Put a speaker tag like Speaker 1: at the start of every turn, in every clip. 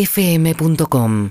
Speaker 1: urbanaplayfm.com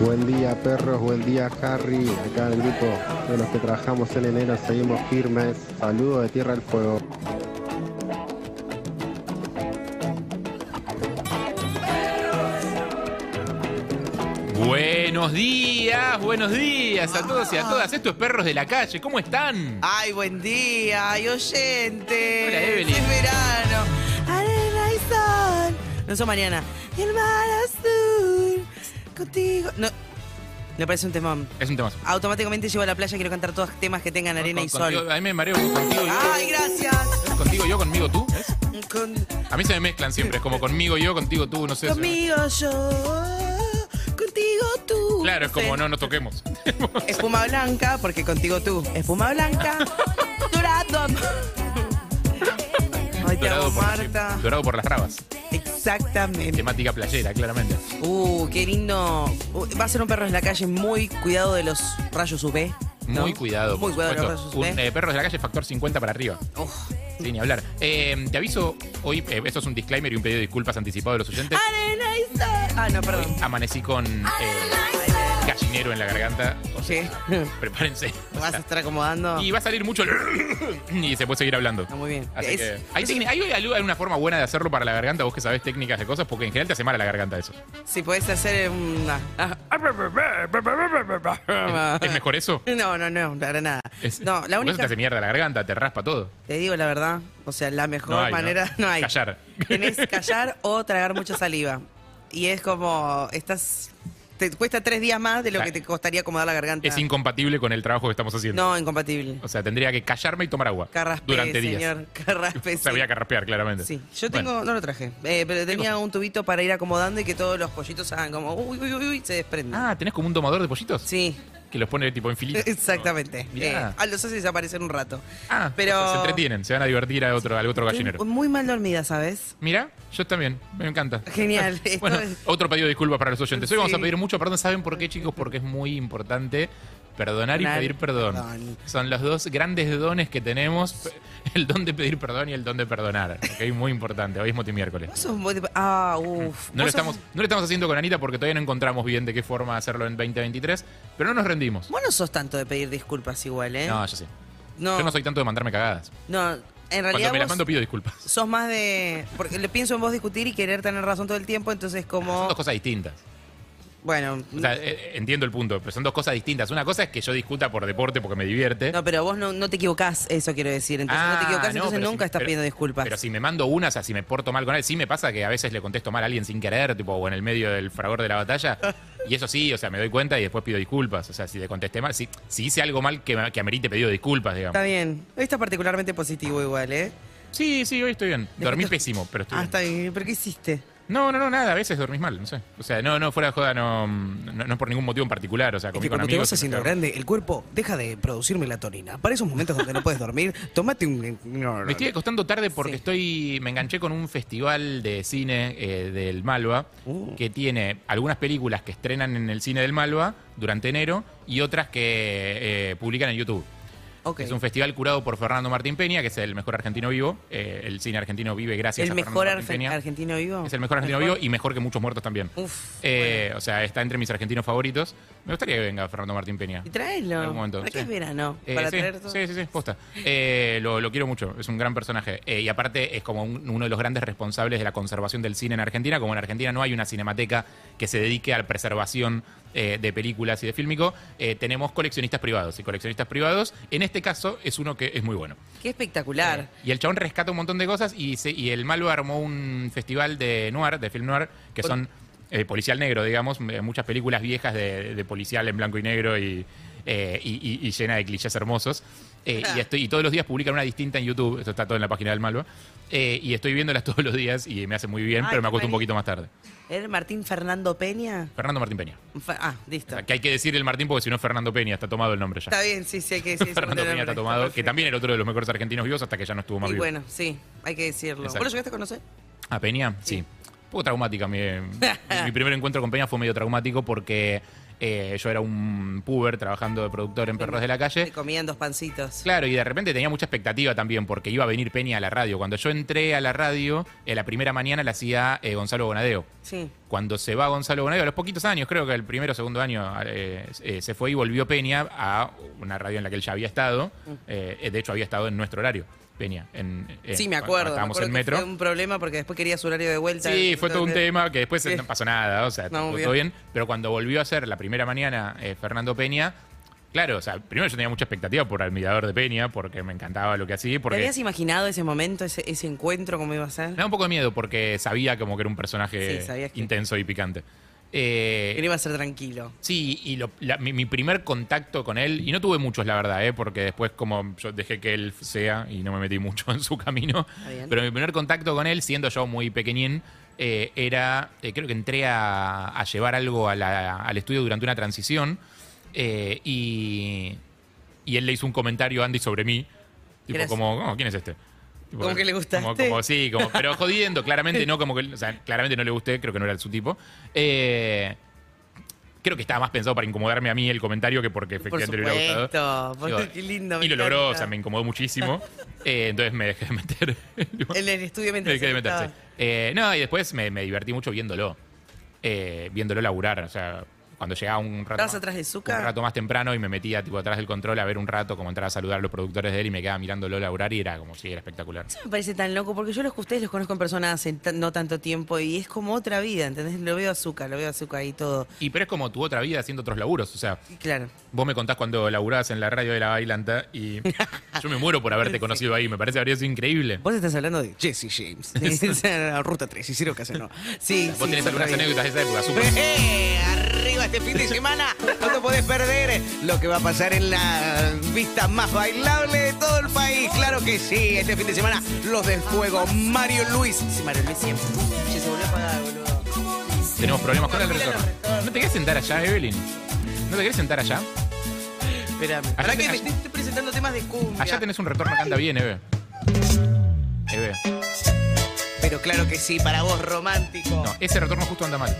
Speaker 2: Buen día perros, buen día Harry, acá el grupo de los que trabajamos en enero seguimos firmes. Saludos de Tierra del Fuego.
Speaker 3: Buenos días, buenos días a todos y a todas. Estos perros de la calle, ¿cómo están?
Speaker 4: Ay, buen día, ay, oyente.
Speaker 3: Hola, Evelyn.
Speaker 4: Es verano. Arena y sol. No soy Mariana. El mar azul. Contigo. No. Me parece un temón.
Speaker 3: Es un tema.
Speaker 4: Automáticamente llevo a la playa, quiero cantar todos temas que tengan arena y sol.
Speaker 3: A mí me mareo contigo
Speaker 4: Ay,
Speaker 3: yo.
Speaker 4: gracias.
Speaker 3: Contigo yo, conmigo tú. ¿ves?
Speaker 4: Con-
Speaker 3: A mí se me mezclan siempre, es como conmigo yo, contigo tú, no sé. se me-
Speaker 4: conmigo yo. Contigo tú.
Speaker 3: Claro, es como no nos toquemos.
Speaker 4: Espuma blanca, porque contigo tú. Espuma blanca. Dorado. Ay, te amo,
Speaker 3: Dorado por, las-
Speaker 4: Marta.
Speaker 3: dorado por las rabas.
Speaker 4: Exactamente.
Speaker 3: Temática playera, claramente.
Speaker 4: Uh, qué lindo. Uh, va a ser un perro en la calle muy cuidado de los rayos UV. ¿no?
Speaker 3: Muy cuidado.
Speaker 4: Muy
Speaker 3: por
Speaker 4: cuidado de los
Speaker 3: supuesto. eh,
Speaker 4: rayos
Speaker 3: Un,
Speaker 4: UV.
Speaker 3: eh, perros de la calle, factor 50 para arriba.
Speaker 4: Uf.
Speaker 3: Sin ni hablar. Eh, te aviso, hoy, eh, esto es un disclaimer y un pedido de disculpas anticipado de los oyentes.
Speaker 4: Arena y sol. Ah, no, perdón.
Speaker 3: Amanecí con eh, gallinero en la garganta. O sea,
Speaker 4: Sí.
Speaker 3: prepárense. O
Speaker 4: Vas a
Speaker 3: sea,
Speaker 4: estar acomodando.
Speaker 3: y va a salir mucho el y se puede seguir hablando.
Speaker 4: Ah, muy bien.
Speaker 3: Así
Speaker 4: Es-
Speaker 3: que, ¿hay, técnica- hay, hay- hay una forma buena de hacerlo para la garganta, vos que sabés técnicas de cosas, porque en general te hace mal a la garganta eso.
Speaker 4: Si podés hacer una.
Speaker 3: ¿Es mejor eso?
Speaker 4: No, no, no, para nada.
Speaker 3: Es-
Speaker 4: No,
Speaker 3: porque
Speaker 4: la
Speaker 3: Eso te
Speaker 4: única.
Speaker 3: hace mierda la garganta, te raspa todo.
Speaker 4: Te digo la verdad. O sea, la mejor
Speaker 3: No hay, ¿no?
Speaker 4: manera no, hay.
Speaker 3: Callar.
Speaker 4: Tenés callar o tragar mucha saliva. Y es como. Estás. Te cuesta tres días más de lo que te costaría acomodar la garganta.
Speaker 3: Es incompatible con el trabajo que estamos haciendo.
Speaker 4: No, incompatible.
Speaker 3: O sea, tendría que callarme y tomar agua.
Speaker 4: Carraspe,
Speaker 3: durante días.
Speaker 4: señor. Carraspe, sí.
Speaker 3: Sabía carraspear, claramente.
Speaker 4: Sí, yo
Speaker 3: Bueno,
Speaker 4: tengo, no lo traje, eh, pero tenía un tubito para ir acomodando y que todos los pollitos hagan como uy, uy, uy, uy, se desprenden.
Speaker 3: Ah, ¿tenés como un domador de pollitos?
Speaker 4: Sí,
Speaker 3: Que los pone tipo en filitas.
Speaker 4: exactamente.
Speaker 3: Mirá.
Speaker 4: Eh, ah, los hace desaparecer un rato.
Speaker 3: Ah,
Speaker 4: pero
Speaker 3: o sea, se entretienen, se van a divertir a otro, al otro gallinero.
Speaker 4: Muy mal dormida, ¿sabes?
Speaker 3: Mira, yo también, me encanta.
Speaker 4: Genial. Esto
Speaker 3: Bueno,
Speaker 4: es-
Speaker 3: otro pedido de disculpas para los oyentes. Hoy vamos
Speaker 4: Sí.
Speaker 3: a pedir mucho perdón. ¿Saben por qué, chicos? Porque es muy importante perdonar y
Speaker 4: Perdonar y
Speaker 3: pedir perdón.
Speaker 4: perdón.
Speaker 3: Son los dos grandes dones que tenemos: el don de pedir perdón y el don de perdonar. Ok, muy importante. Hoy es Moti miércoles.
Speaker 4: Vos sos muy de- Ah, uff.
Speaker 3: No lo, estamos, no lo estamos haciendo con Anita porque todavía no encontramos bien de qué forma hacerlo en 2023, pero no nos rendimos.
Speaker 4: Vos no sos tanto de pedir disculpas igual, ¿eh?
Speaker 3: No, yo sé.
Speaker 4: no,
Speaker 3: Yo no soy tanto de mandarme cagadas.
Speaker 4: no, en
Speaker 3: Cuando
Speaker 4: realidad
Speaker 3: me las
Speaker 4: vos
Speaker 3: mando pido disculpas.
Speaker 4: sos más de... Porque le pienso en vos discutir y querer tener razón todo el tiempo, entonces
Speaker 3: Son
Speaker 4: como...
Speaker 3: dos cosas distintas.
Speaker 4: Bueno,
Speaker 3: O sea, eh, entiendo el punto, pero son dos cosas distintas. Una cosa es que yo discuta por deporte porque me divierte.
Speaker 4: No, pero vos no, no te equivocás, eso quiero decir. Entonces no te
Speaker 3: Ah,
Speaker 4: equivocás,
Speaker 3: no,
Speaker 4: entonces
Speaker 3: pero si-
Speaker 4: nunca estás
Speaker 3: pero-
Speaker 4: pidiendo disculpas.
Speaker 3: Pero si me mando una, o sea, si me porto mal con él, sí me pasa que a veces le contesto mal a alguien sin querer, tipo, o en el medio del fragor de la batalla. Y eso sí, o sea, me doy cuenta y después pido disculpas. O sea, si le contesté mal, si, si hice algo mal que, me- que amerite pedido disculpas, digamos.
Speaker 4: Está bien. Hoy está particularmente positivo igual, ¿eh?
Speaker 3: Sí, sí, hoy estoy bien. Dormí
Speaker 4: Después-
Speaker 3: pésimo, pero estoy
Speaker 4: Ah,
Speaker 3: bien.
Speaker 4: está bien. ¿Pero qué hiciste?
Speaker 3: No, no, no, nada, a veces dormís mal, no sé. O sea, no, no, fuera de joda, no, no, no es por ningún motivo en particular, o sea, comí
Speaker 5: Es que
Speaker 3: con
Speaker 5: cuando te
Speaker 3: amigos.
Speaker 5: vas haciendo
Speaker 3: etcétera.
Speaker 5: grande, el cuerpo deja de producir melatonina. Para esos momentos donde no puedes dormir, tomate un... no, no, no.
Speaker 3: Me estoy acostando tarde porque
Speaker 4: Sí.
Speaker 3: estoy. Me enganché con un festival de cine eh, del Malva
Speaker 5: Uh.
Speaker 3: que tiene algunas películas que estrenan en el cine del Malva durante enero y otras que eh, publican en YouTube.
Speaker 4: Ok.
Speaker 3: Es un festival curado por Fernando Martín Peña, que es el mejor argentino vivo. Eh, el cine argentino vive gracias
Speaker 4: ¿El
Speaker 3: a
Speaker 4: mejor
Speaker 3: Fernando Martín
Speaker 4: arfe-
Speaker 3: Peña.
Speaker 4: argentino vivo?
Speaker 3: Es el mejor argentino vivo y mejor que muchos muertos también.
Speaker 4: Uf.
Speaker 3: Eh, O sea, está entre mis argentinos favoritos. Me gustaría que venga Fernando Martín Peña.
Speaker 4: Y
Speaker 3: En
Speaker 4: traelo.
Speaker 3: algún momento,
Speaker 4: ¿Para qué
Speaker 3: sí.
Speaker 4: es verano?
Speaker 3: Eh,
Speaker 4: ¿Para
Speaker 3: sí,
Speaker 4: traer todo?
Speaker 3: sí, sí, sí, posta. Eh, lo, lo quiero mucho, es un gran personaje. Eh, y aparte es como un- uno de los grandes responsables de la conservación del cine en Argentina. Como en Argentina no hay una cinemateca que se dedique a la preservación eh, de películas y de fílmico, eh, tenemos coleccionistas privados. Y coleccionistas privados, en este caso es uno que es muy bueno.
Speaker 4: Qué espectacular.
Speaker 3: Y el chabón rescata un montón de cosas y, se- y el malo armó un festival de noir, de film noir, que son eh, policial negro, digamos, m- muchas películas viejas de, de policial en blanco y negro y, eh, y- y- y llena de clichés hermosos. Eh, y, estoy- y todos los días publican una distinta en YouTube, esto está todo en la página del malo. Eh, y estoy viéndolas todos los días y me hace muy bien,
Speaker 4: Ay,
Speaker 3: pero
Speaker 4: qué
Speaker 3: me acuesto un
Speaker 4: maravilla.
Speaker 3: poquito más tarde.
Speaker 4: ¿Era Martín Fernando Peña?
Speaker 3: Fernando Martín Peña.
Speaker 4: Fe- Ah, listo.
Speaker 3: Que hay que decir el Martín porque si no es Fernando Peña, está tomado el nombre ya.
Speaker 4: Está bien, sí, sí, hay que decir.
Speaker 3: Fernando Peña está tomado, que también era otro de los mejores argentinos vivos hasta que ya no estuvo más
Speaker 4: Y
Speaker 3: vivo.
Speaker 4: bueno, sí, hay que decirlo.
Speaker 3: Exacto.
Speaker 4: ¿Vos lo llegaste a conocer?
Speaker 3: ¿A Peña? Sí. Un poco traumática. Mi, mi- mi primer encuentro con Peña fue medio traumático porque eh, yo era un puber trabajando de productor en Perros de la
Speaker 4: Te
Speaker 3: Calle.
Speaker 4: comían dos pancitos.
Speaker 3: Claro, y de repente tenía mucha expectativa también porque iba a venir Peña a la radio. Cuando yo entré a la radio, eh, la primera mañana la hacía eh, Gonzalo Bonadeo.
Speaker 4: Sí.
Speaker 3: Cuando se va Gonzalo Bonadeo, a los poquitos años, creo que el primero o segundo año, eh, eh, se fue y volvió Peña a una radio en la que él ya había estado.
Speaker 4: Mm.
Speaker 3: Eh, de hecho, había estado en nuestro horario, Peña. En, eh,
Speaker 4: sí, me
Speaker 3: cuando
Speaker 4: acuerdo. me
Speaker 3: Estábamos
Speaker 4: acuerdo
Speaker 3: en
Speaker 4: que
Speaker 3: metro.
Speaker 4: Fue un problema porque después quería su horario de vuelta.
Speaker 3: Sí, fue todo un
Speaker 4: Entonces,
Speaker 3: tema que después
Speaker 4: Sí.
Speaker 3: no pasó nada, o sea,
Speaker 4: No,
Speaker 3: todo,
Speaker 4: obvio.
Speaker 3: todo bien. Pero cuando volvió a ser la primera mañana eh, Fernando Peña, claro, o sea, primero yo tenía mucha expectativa por Admirador de Peña, porque me encantaba lo que hacía, y
Speaker 4: ¿Te
Speaker 3: porque
Speaker 4: habías imaginado ese momento, ese, ese encuentro, cómo iba a ser?
Speaker 3: me da un poco de miedo, porque sabía como que era un personaje
Speaker 4: Sí, sabías que-
Speaker 3: intenso y picante.
Speaker 4: Que
Speaker 3: Eh,
Speaker 4: no iba a ser tranquilo.
Speaker 3: Sí, y lo- la- mi, mi primer contacto con él, y no tuve muchos, la verdad, ¿eh? porque después como yo dejé que él sea y no me metí mucho en su camino,
Speaker 4: bien.
Speaker 3: pero mi primer contacto con él, siendo yo muy pequeñín, eh, era, eh, creo que entré a, a llevar algo a la- al estudio durante una transición, eh, y, y él le hizo un comentario a Andy sobre mí, tipo
Speaker 4: Gracias.
Speaker 3: como, "Oh, ¿quién es este? Tipo,
Speaker 4: Como que le gustaste.
Speaker 3: Como, como, sí, como, pero jodiendo, claramente no, como que, o sea, claramente no le gusté, creo que no era su tipo. Eh, creo que estaba más pensado para incomodarme a mí el comentario que porque
Speaker 4: Por
Speaker 3: efectivamente le hubiera gustado.
Speaker 4: supuesto. por-
Speaker 3: Digo,
Speaker 4: qué lindo. me
Speaker 3: y lo logró,
Speaker 4: encanta.
Speaker 3: o sea, me incomodó muchísimo. Eh, entonces me dejé de meter.
Speaker 4: En el estudio
Speaker 3: me
Speaker 4: mientras
Speaker 3: dejé de meter,
Speaker 4: estaba.
Speaker 3: sí. Eh, no, y después me, me divertí mucho viéndolo. Eh, viéndolo laburar. O sea, cuando llegaba un rato.
Speaker 4: ¿Estabas
Speaker 3: más-
Speaker 4: atrás de Zucca?
Speaker 3: Un rato más temprano y me metía tipo atrás del control a ver un rato, como entrar a saludar a los productores de él y me quedaba mirándolo laburar y era como si era espectacular.
Speaker 4: Eso me parece tan loco porque yo los que ustedes los conozco en persona hace tan- no tanto tiempo y es como otra vida, ¿entendés? Lo veo azúcar, lo veo azúcar y todo.
Speaker 3: Y pero es como tu otra vida haciendo otros laburos. O sea,
Speaker 4: Y claro.
Speaker 3: vos me contás cuando laburabas en la radio de la bailanta y yo me muero por haberte conocido ahí. Me parece que habría sido increíble.
Speaker 5: Vos estás hablando de Jesse James. Esa Ruta 3 y Ciro Casano. Sí,
Speaker 3: Vos
Speaker 5: sí,
Speaker 3: tenés
Speaker 5: otra
Speaker 3: algunas
Speaker 5: vida.
Speaker 3: anécdotas de esa época, súper.
Speaker 5: ¡Eh! Arriba este fin de semana. No te podés perder lo que va a pasar en la vista más bailable de todo el país. Claro que sí. Este fin de semana, los del fuego. Mario Luis. Sí, Mario Luis siempre. Che, se volvió a apagar, boludo.
Speaker 3: Tenemos problemas con el retorno. ¿No te querés sentar allá, Evelyn? ¿No te querés sentar allá?
Speaker 5: Espérame.
Speaker 3: Allá
Speaker 5: Ahora que
Speaker 3: te-
Speaker 5: te
Speaker 3: allá-
Speaker 5: estoy presentando temas de cumbia.
Speaker 3: Allá tenés un retorno que anda bien, Eve. Eve.
Speaker 5: Pero claro que sí, para vos romántico.
Speaker 3: No, ese retorno justo anda mal.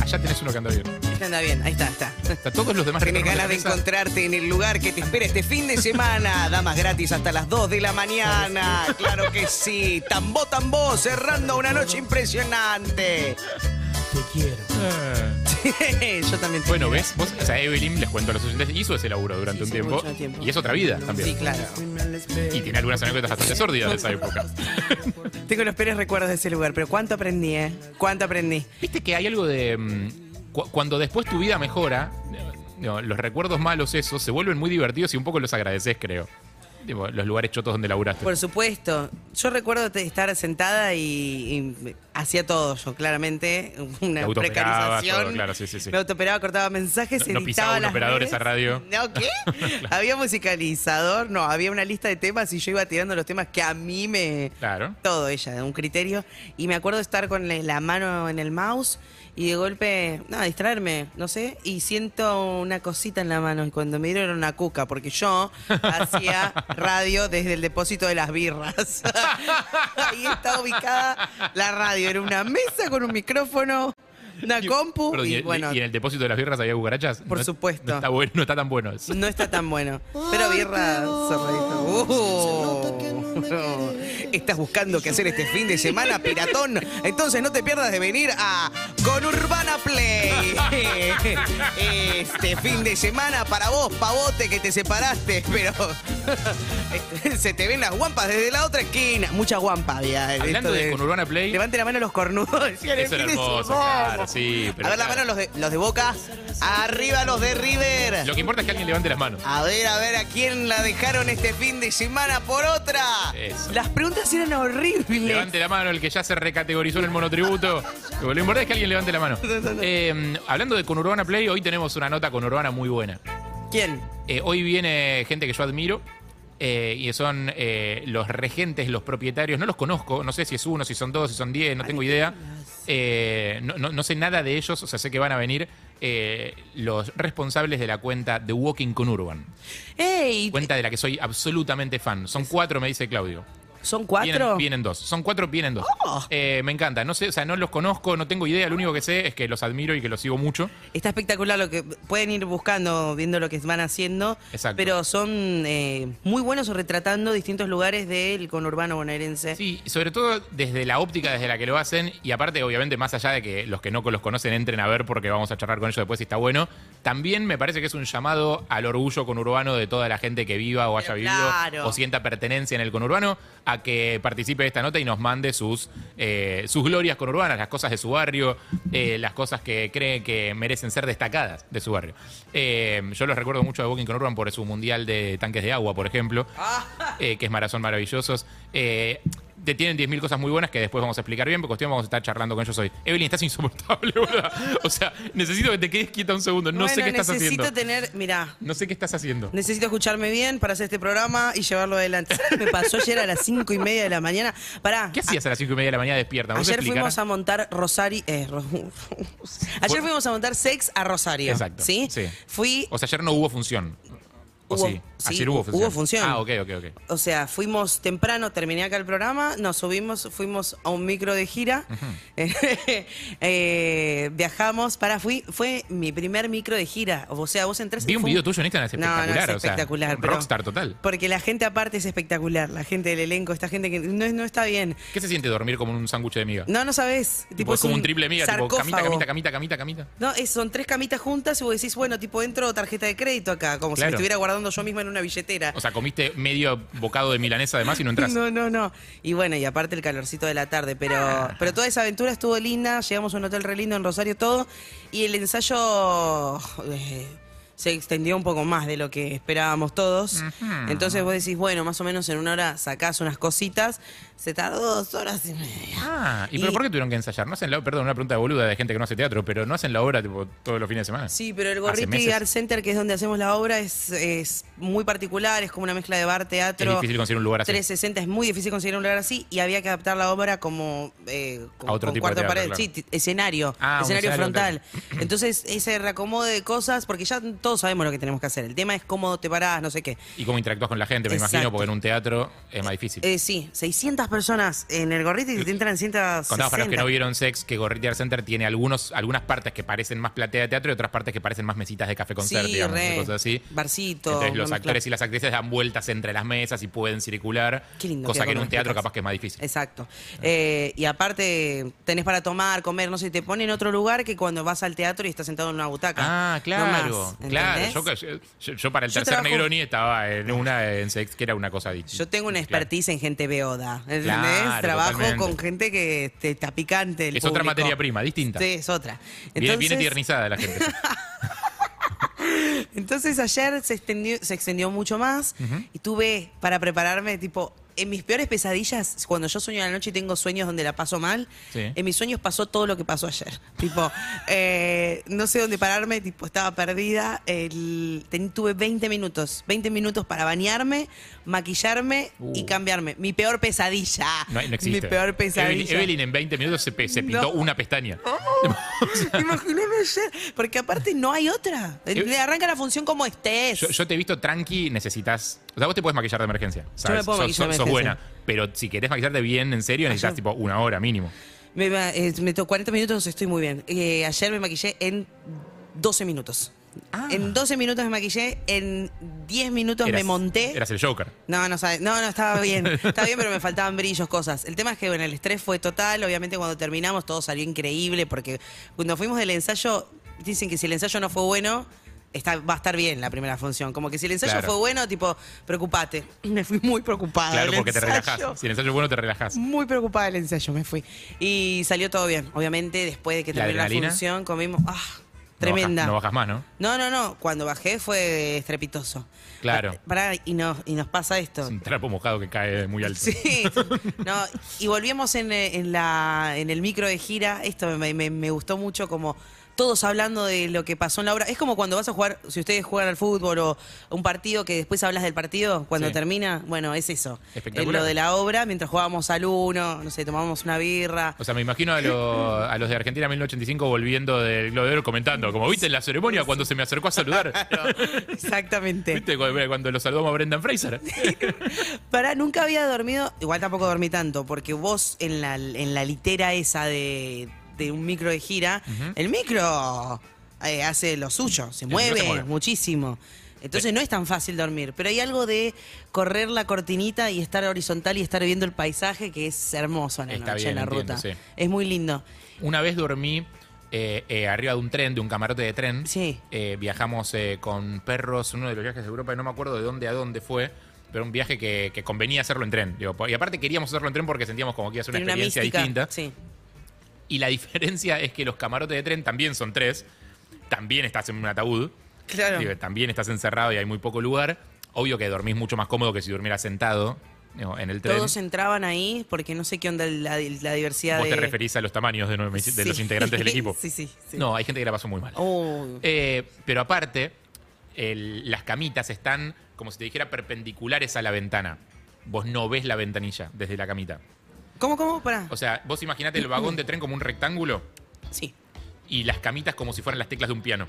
Speaker 3: Allá tenés uno que anda bien.
Speaker 5: Este anda bien, ahí está, está.
Speaker 3: O sea, todos los demás
Speaker 5: Tienes
Speaker 3: retornos
Speaker 5: ganas de
Speaker 3: mesa-
Speaker 5: encontrarte en el lugar que te espera este fin de semana. Damas gratis hasta las 2 de la mañana. Claro que sí. Tambó, tambó, cerrando una noche impresionante.
Speaker 3: Ah.
Speaker 5: Yo también te
Speaker 3: Bueno,
Speaker 5: quiero.
Speaker 3: ¿ves? Vos, o sea, Evelyn, les cuento a los oyentes, hizo ese laburo durante
Speaker 4: Sí,
Speaker 3: un
Speaker 4: sí,
Speaker 3: tiempo,
Speaker 4: mucho tiempo.
Speaker 3: Y es otra vida también.
Speaker 5: Sí, claro.
Speaker 3: Y tiene algunas anécdotas bastante sórdidas de esa época.
Speaker 4: Tengo los peores recuerdos de ese lugar, pero ¿cuánto aprendí, eh? ¿Cuánto aprendí?
Speaker 3: Viste que hay algo de. mm, cu- cuando después tu vida mejora, no, los recuerdos malos esos se vuelven muy divertidos y un poco los agradeces, creo. Tipo, los lugares chotos donde laburaste.
Speaker 4: Por supuesto. Yo recuerdo te- estar sentada y, y hacía todo yo, claramente. Una
Speaker 3: Te autooperabas,
Speaker 4: precarización.
Speaker 3: todo, claro, sí, sí, sí.
Speaker 4: Me autoperaba, cortaba mensajes,
Speaker 3: No- no pisaba
Speaker 4: editaba
Speaker 3: un
Speaker 4: las
Speaker 3: operador
Speaker 4: redes.
Speaker 3: esa radio.
Speaker 4: No, ¿qué? Había musicalizador, no, había una lista de temas y yo iba tirando los temas que a mí me,
Speaker 3: Claro.
Speaker 4: todo ella, de un criterio. Y me acuerdo estar con la, la mano en el mouse y de golpe, nada, distraerme, no sé, y siento una cosita en la mano. Y cuando me dieron era una cuca, porque yo hacía radio desde el depósito de las birras. Ahí está ubicada la radio, era una mesa con un micrófono, una compu.
Speaker 3: Perdón,
Speaker 4: y
Speaker 3: y,
Speaker 4: bueno,
Speaker 3: y en el depósito de las birras había cucarachas.
Speaker 4: Por
Speaker 3: No-
Speaker 4: supuesto.
Speaker 3: No está, bueno, no está tan bueno eso.
Speaker 4: No está tan bueno. Pero birra, zorradito. Uh.
Speaker 5: Oh. Estás buscando qué hacer este fin de semana, piratón. Entonces no te pierdas de venir a con Urbana Play. Este fin de semana para vos, pavote, que te separaste, pero se te ven las guampas desde la otra esquina. Mucha guampa había. en
Speaker 3: Hablando
Speaker 5: esto
Speaker 3: de Conurbana Play.
Speaker 5: Levanten la mano los cornudos. decían, el
Speaker 3: Eso era
Speaker 5: fin de
Speaker 3: hermoso,
Speaker 5: semana.
Speaker 3: claro, sí. pero
Speaker 5: A ver la
Speaker 3: claro.
Speaker 5: mano los de, los de Boca. Arriba los de River.
Speaker 3: Lo que importa es que alguien levante las manos.
Speaker 5: A ver, a ver, ¿a quién la dejaron este fin de semana por otra?
Speaker 3: Eso.
Speaker 5: Las preguntas eran horribles.
Speaker 3: Levante la mano el que ya se recategorizó en el monotributo. Lo importante es que alguien levante la mano. Eh, hablando de Conurbana Play, hoy tenemos una nota conurbana muy buena.
Speaker 4: ¿Quién?
Speaker 3: Eh, hoy viene gente que yo admiro. eh, y son eh, los regentes, los propietarios. No los conozco, no sé si es uno, si son dos, si son diez, no tengo idea. Eh, no, no- no sé nada de ellos, o sea, sé que van a venir eh, los responsables de la cuenta The Walking Conurban.
Speaker 4: ¡Ey!
Speaker 3: Cuenta de la que soy absolutamente fan. Son cuatro, me dice Claudio.
Speaker 4: ¿Son
Speaker 3: Vienen-
Speaker 4: cuatro?
Speaker 3: Vienen, dos. Son cuatro, vienen dos. Eh, me encanta. No sé, o sea, no los conozco, no tengo idea. Lo único que sé es que los admiro y que los sigo mucho.
Speaker 4: Está espectacular lo que pueden ir buscando, viendo lo que van haciendo.
Speaker 3: Exacto.
Speaker 4: Pero son eh, muy buenos retratando distintos lugares del conurbano bonaerense.
Speaker 3: Sí, y sobre todo desde la óptica desde la que lo hacen. Y aparte, obviamente, más allá de que los que no los conocen entren a ver porque vamos a charlar con ellos después si está bueno. También me parece que es un llamado al orgullo conurbano de toda la gente que viva o haya
Speaker 4: Pero
Speaker 3: vivido
Speaker 4: claro.
Speaker 3: o sienta pertenencia en el conurbano a que participe de esta nota y nos mande sus, eh, sus glorias conurbanas, las cosas de su barrio, eh, las cosas que cree que merecen ser destacadas de su barrio. Eh, yo los recuerdo mucho de Walking Conurban por su mundial de tanques de agua, por ejemplo eh, que es Marazón Maravillosos. Eh, te tienen 10.000 cosas muy buenas que después vamos a explicar bien, porque cuestión vamos a estar charlando con ellos hoy. Evelyn, estás insoportable, boludo. O sea, necesito que te quedes quieta un segundo. No sé
Speaker 4: Bueno,
Speaker 3: qué estás
Speaker 4: necesito
Speaker 3: haciendo.
Speaker 4: tener, mirá,
Speaker 3: No sé qué estás haciendo.
Speaker 4: necesito escucharme bien para hacer este programa y llevarlo adelante. Me pasó ayer a las cinco y media de la mañana. Pará.
Speaker 3: ¿Qué hacías a las 5 y media de la mañana despierta? ¿No te
Speaker 4: Ayer
Speaker 3: explicarás?
Speaker 4: fuimos a montar Rosario. eh, Ro- Ayer fuimos a montar sex a Rosario.
Speaker 3: Exacto,
Speaker 4: ¿Sí?
Speaker 3: sí.
Speaker 4: Fui.
Speaker 3: O sea, ayer no hubo función. ¿O
Speaker 4: Hubo-
Speaker 3: sí?
Speaker 4: sí,
Speaker 3: Ayer hubo
Speaker 4: hubo
Speaker 3: función.
Speaker 4: función.
Speaker 3: Ah, ok, ok, ok.
Speaker 4: O sea, fuimos temprano, terminé acá el programa, nos subimos, fuimos a un micro de gira, eh, viajamos, para, fui, fue mi primer micro de gira. O sea, vos entrás y
Speaker 3: Vi un
Speaker 4: fue
Speaker 3: video tuyo en Instagram, es espectacular.
Speaker 4: No, no, es
Speaker 3: o sea,
Speaker 4: espectacular.
Speaker 3: un
Speaker 4: pero-
Speaker 3: rockstar total.
Speaker 4: Porque la gente aparte es espectacular, la gente del elenco, esta gente que no, es- no está bien.
Speaker 3: ¿Qué se siente dormir como un sándwich de miga?
Speaker 4: No, no sabes.
Speaker 3: Tipo, es como un, triple miga, tipo camita, camita, camita, camita, camita.
Speaker 4: No, es- son tres camitas juntas y vos decís, bueno, tipo, entro tarjeta de crédito acá, como si me
Speaker 3: Claro.
Speaker 4: estuviera guardando yo misma en una billetera.
Speaker 3: O sea, comiste medio bocado de milanesa además y no entraste.
Speaker 4: No, no, no. Y bueno, y aparte el calorcito de la tarde, pero,
Speaker 3: Ah.
Speaker 4: pero toda esa aventura estuvo linda, llegamos a un hotel re lindo en Rosario, todo, y el ensayo eh, se extendió un poco más de lo que esperábamos todos. Entonces vos decís, bueno, más o menos en una hora sacás unas cositas, se tardó dos horas y media.
Speaker 3: Ah, ¿y, pero
Speaker 4: Y-
Speaker 3: por qué tuvieron que ensayar? No hacen la, perdón, una pregunta boluda de gente que no hace teatro, pero no hacen la obra tipo todos los fines de semana.
Speaker 4: Sí, pero el
Speaker 3: Hace
Speaker 4: Gorriti
Speaker 3: meses.
Speaker 4: Art Center, que es donde hacemos la obra, es, es muy particular, es como una mezcla de bar, teatro.
Speaker 3: Es difícil conseguir un lugar así.
Speaker 4: 360 es muy difícil conseguir un lugar así y había que adaptar la obra como eh, con,
Speaker 3: A otro
Speaker 4: con
Speaker 3: tipo de
Speaker 4: cuarto
Speaker 3: teatro,
Speaker 4: pared,
Speaker 3: claro.
Speaker 4: sí, ti- escenario,
Speaker 3: Ah, un
Speaker 4: escenario
Speaker 3: escenario,
Speaker 4: frontal. Entonces ese reacomode de cosas, porque ya todos sabemos lo que tenemos que hacer. El tema es cómo te parás, no sé qué.
Speaker 3: Y cómo interactúas con la gente, me
Speaker 4: Exacto.
Speaker 3: imagino, porque en un teatro es más difícil.
Speaker 4: Eh, sí, 600 personas en el gorrito y te entran 160.
Speaker 3: Contamos para los que no vieron Sex que Gorriti Art Center tiene algunos, algunas partes que parecen más platea de teatro y otras partes que parecen más mesitas de café concert,
Speaker 4: Sí,
Speaker 3: digamos,
Speaker 4: re.
Speaker 3: cosas así.
Speaker 4: Barcito,
Speaker 3: Entonces
Speaker 4: una
Speaker 3: los
Speaker 4: mezcla.
Speaker 3: actores y las actrices dan vueltas entre las mesas y pueden circular,
Speaker 4: Qué lindo
Speaker 3: cosa
Speaker 4: queda
Speaker 3: que en
Speaker 4: cuando
Speaker 3: un teatro
Speaker 4: explicas.
Speaker 3: capaz que es más difícil.
Speaker 4: Exacto. Eh, y aparte, tenés para tomar, comer, no sé, te pone en otro lugar que cuando vas al teatro y estás sentado en una butaca.
Speaker 3: Ah,
Speaker 4: No
Speaker 3: claro,
Speaker 4: más,
Speaker 3: claro.
Speaker 4: ¿entendés?
Speaker 3: Yo, yo- yo para el
Speaker 4: Yo
Speaker 3: tercer
Speaker 4: trabajo-
Speaker 3: Negroni estaba en una en Sex que era una cosa distinta.
Speaker 4: Yo tengo una
Speaker 3: Claro.
Speaker 4: expertise en gente beoda. ¿entendés?
Speaker 3: Claro,
Speaker 4: Trabajo
Speaker 3: totalmente.
Speaker 4: con gente que este, está picante. el
Speaker 3: Es otra
Speaker 4: público.
Speaker 3: materia prima, distinta.
Speaker 4: Sí, es otra.
Speaker 3: Viene,
Speaker 4: Entonces,
Speaker 3: viene tiernizada la gente.
Speaker 4: entonces ayer se extendió, se extendió mucho más y tuve para prepararme, tipo, en mis peores pesadillas, cuando yo sueño a la noche y tengo sueños donde la paso mal,
Speaker 3: Sí.
Speaker 4: en mis sueños pasó todo lo que pasó ayer. Tipo, eh, no sé dónde pararme, tipo, estaba perdida. El- ten- tuve 20 minutos, 20 minutos para bañarme, maquillarme y
Speaker 3: Uh.
Speaker 4: cambiarme. Mi peor pesadilla.
Speaker 3: No, no existe.
Speaker 4: Mi peor
Speaker 3: Evelyn,
Speaker 4: pesadilla.
Speaker 3: Evelyn en 20 minutos se, pe- se pintó
Speaker 4: No.
Speaker 3: una pestaña.
Speaker 4: Imagíname ayer, porque aparte no hay otra. Le arranca la función como estés.
Speaker 3: Yo, yo te he visto tranqui, necesitas. O sea, vos te puedes maquillar de emergencia. ¿sabes?
Speaker 4: Yo me puedo
Speaker 3: Sos-
Speaker 4: maquillar de
Speaker 3: sos- sos
Speaker 4: emergencia. Ah,
Speaker 3: buena. Pero si querés maquillarte bien, en serio, necesitas
Speaker 4: yo-
Speaker 3: tipo una hora mínimo.
Speaker 4: Me, va- eh, me tocó 40 minutos, estoy muy bien. Eh, ayer me maquillé en 12 minutos.
Speaker 3: Ah.
Speaker 4: En 12 minutos me maquillé, en 10 minutos
Speaker 3: Eras-
Speaker 4: me monté.
Speaker 3: Eras el Joker.
Speaker 4: No, no sabe- No, no, estaba bien. Estaba bien, pero me faltaban brillos, cosas. El tema es que, bueno, el estrés fue total. Obviamente, cuando terminamos, todo salió increíble, porque cuando fuimos del ensayo, dicen que si el ensayo no fue bueno, está, va a estar bien la primera función. Como que si el ensayo
Speaker 3: Claro.
Speaker 4: fue bueno, tipo, preocupate. Me fui muy preocupada.
Speaker 3: Claro,
Speaker 4: del
Speaker 3: porque te
Speaker 4: ensayo.
Speaker 3: relajás. Si el ensayo es bueno, te relajás.
Speaker 4: Muy preocupada del ensayo, me fui. Y salió todo bien. Obviamente, después de que
Speaker 3: ¿La
Speaker 4: terminó la
Speaker 3: adrenalina?
Speaker 4: función, comimos. ¡Ah! Tremenda.
Speaker 3: No bajas, no bajas más, ¿no?
Speaker 4: No, no, no. Cuando bajé fue estrepitoso.
Speaker 3: Claro.
Speaker 4: Pa- Pará, y nos, y nos pasa esto.
Speaker 3: Es un trapo mojado que cae muy alto.
Speaker 4: Sí. No, y volvíamos en, eh, en la, en el micro de gira. Esto me, me- me gustó mucho como todos hablando de lo que pasó en la obra. Es como cuando vas a jugar, si ustedes juegan al fútbol o un partido que después hablas del partido cuando
Speaker 3: Sí.
Speaker 4: termina. Bueno, es eso.
Speaker 3: Espectacular.
Speaker 4: Eh, Lo de la obra, mientras jugábamos al uno, no sé, tomábamos una birra.
Speaker 3: O sea, me imagino a, lo- a los de Argentina 1985 volviendo del Globo de Oro comentando, como viste en la ceremonia cuando se me acercó a saludar.
Speaker 4: Exactamente.
Speaker 3: ¿Viste cuando, cuando lo saludamos a Brendan Fraser?
Speaker 4: Pará, nunca había dormido, igual tampoco dormí tanto, porque vos en la, en la litera esa de, de un micro de gira, el micro eh, hace lo suyo, se
Speaker 3: micro se
Speaker 4: mueve,
Speaker 3: mueve.
Speaker 4: muchísimo. Entonces no es tan fácil dormir, pero hay algo de correr la cortinita y estar horizontal y estar viendo el paisaje que es hermoso en la
Speaker 3: Está
Speaker 4: noche,
Speaker 3: bien,
Speaker 4: en la
Speaker 3: entiendo,
Speaker 4: ruta.
Speaker 3: sí.
Speaker 4: Es muy lindo.
Speaker 3: Una vez dormí eh, eh, arriba de un tren, de un camarote de tren.
Speaker 4: Sí.
Speaker 3: Eh, viajamos eh, con perros, uno de los viajes de Europa, y no me acuerdo de dónde a dónde fue. Pero un viaje que, que convenía hacerlo en tren. Digo, po- y aparte queríamos hacerlo en tren porque sentíamos como que iba a ser una
Speaker 4: Tiene
Speaker 3: experiencia distinta.
Speaker 4: Sí.
Speaker 3: Y la diferencia es que los camarotes de tren también son tres. También estás en un ataúd.
Speaker 4: Claro.
Speaker 3: Digo, también estás encerrado y hay muy poco lugar. Obvio que dormís mucho más cómodo que si durmieras sentado digo, en el tren.
Speaker 4: Todos entraban ahí porque no sé qué onda la, la diversidad
Speaker 3: Vos
Speaker 4: de...
Speaker 3: te referís a los tamaños de, nueve- de los
Speaker 4: Sí.
Speaker 3: integrantes del equipo.
Speaker 4: sí, sí, sí.
Speaker 3: No, hay gente que la pasó muy mal.
Speaker 4: Oh.
Speaker 3: Eh, pero aparte, el- las camitas están como si te dijera perpendiculares a la ventana. Vos no ves la ventanilla desde la camita.
Speaker 4: ¿Cómo, cómo? Pará.
Speaker 3: O sea, vos imaginate el vagón de tren como un rectángulo
Speaker 4: Sí.
Speaker 3: y las camitas como si fueran las teclas de un piano.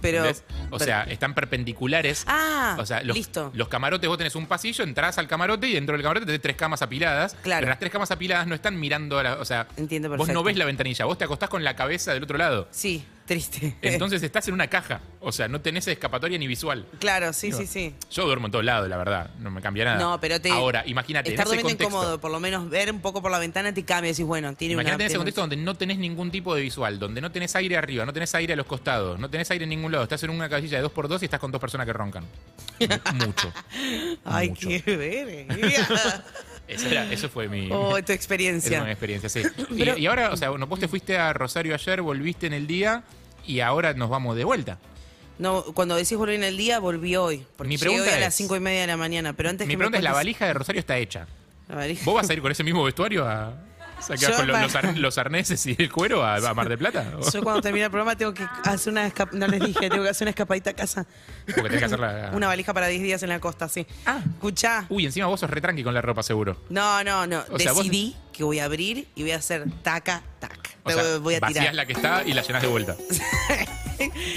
Speaker 4: Pero.
Speaker 3: ¿Entendés? O
Speaker 4: pero-
Speaker 3: sea, están perpendiculares.
Speaker 4: Ah,
Speaker 3: o sea, los,
Speaker 4: listo.
Speaker 3: los camarotes, vos tenés un pasillo, entrás al camarote y dentro del camarote tenés tres camas apiladas.
Speaker 4: Claro.
Speaker 3: Pero las tres camas apiladas no están mirando a la. O sea,
Speaker 4: Entiendo
Speaker 3: vos no
Speaker 4: perfecto.
Speaker 3: ves la ventanilla, vos te acostás con la cabeza del otro lado.
Speaker 4: Sí, triste.
Speaker 3: Entonces estás en una caja. O sea, no tenés escapatoria ni visual.
Speaker 4: claro, sí, sí, sí.
Speaker 3: Yo duermo en todos lados, la verdad. No me cambia nada.
Speaker 4: No, pero te.
Speaker 3: Ahora, imagínate, en
Speaker 4: Estar
Speaker 3: ese
Speaker 4: durmiendo
Speaker 3: contexto.
Speaker 4: incómodo, por lo menos ver un poco por la ventana te cambia. Decís, bueno, tiene
Speaker 3: Imagínate
Speaker 4: una.
Speaker 3: en ese
Speaker 4: tiene un-
Speaker 3: contexto donde no tenés ningún tipo de visual, donde no tenés aire arriba, no tenés aire a los costados, no tenés aire en ningún lado. Estás en una casilla de 2x2 y estás con dos personas que roncan. Mu- Mucho.
Speaker 4: Ay,
Speaker 3: Mucho.
Speaker 4: qué verga.
Speaker 3: Eso, era- eso fue mi,
Speaker 4: Oh, tu
Speaker 3: esa es
Speaker 4: experiencia.
Speaker 3: una experiencia, sí. Y- y, ahora, o sea, bueno, vos te fuiste a Rosario ayer, volviste en el día y ahora nos vamos de vuelta.
Speaker 4: No, cuando decís volver en el día, volví hoy. Porque
Speaker 3: Mi
Speaker 4: llegué
Speaker 3: pregunta
Speaker 4: hoy a
Speaker 3: es-
Speaker 4: las cinco y media de la mañana. Pero antes
Speaker 3: Mi
Speaker 4: que me
Speaker 3: pregunta es, la
Speaker 4: cuentes-
Speaker 3: valija de Rosario está hecha.
Speaker 4: La valija.
Speaker 3: ¿Vos vas a ir con ese mismo vestuario a... o sea, que vas
Speaker 4: Yo
Speaker 3: con lo-
Speaker 4: para-
Speaker 3: los, ar- los arneses y el cuero a, a Mar de Plata? ¿O-
Speaker 4: Yo cuando termine el programa tengo que hacer una escap- no les dije, tengo que hacer una escapadita a casa.
Speaker 3: Porque tenés que hacer la...
Speaker 4: Una valija para 10 días en la costa, sí.
Speaker 3: Ah.
Speaker 4: Escuchá.
Speaker 3: Uy, encima vos sos retranqui con la ropa, seguro.
Speaker 4: No, no, no.
Speaker 3: O sea, vos-
Speaker 4: Decidí que voy a abrir y voy a hacer taca, tac.
Speaker 3: O
Speaker 4: Te
Speaker 3: sea,
Speaker 4: voy a
Speaker 3: vacías
Speaker 4: tirar.
Speaker 3: la que está y la llenas de vuelta.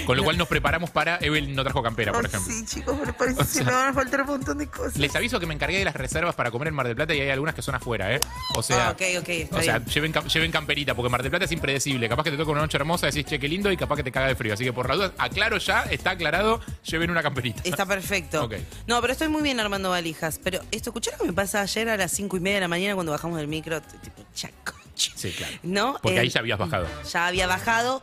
Speaker 3: Con lo cual nos preparamos para Evelyn no trajo campera, por
Speaker 4: Ay,
Speaker 3: ejemplo.
Speaker 4: Sí, chicos, pero parece que se me van a faltar un montón de cosas.
Speaker 3: Les aviso que me encargué de las reservas para comer en Mar del Plata y hay algunas que son afuera, ¿eh? O sea,
Speaker 4: Ah, ok, ok, está
Speaker 3: o sea
Speaker 4: bien.
Speaker 3: lleven, cam- lleven camperita, porque Mar del Plata es impredecible. Capaz que te toca una noche hermosa, decís, che, qué lindo, y capaz que te caga de frío. Así que por las dudas, aclaro ya, está aclarado, lleven una camperita.
Speaker 4: Está perfecto.
Speaker 3: Ok.
Speaker 4: No, pero estoy muy bien armando valijas. Pero esto, escucharon lo que me pasa ayer a las cinco y media de la mañana cuando bajamos del micro. T- Tipo, chaco. ch-
Speaker 3: Sí, claro.
Speaker 4: ¿No?
Speaker 3: Porque
Speaker 4: Eh,
Speaker 3: ahí ya habías bajado.
Speaker 4: Ya había bajado.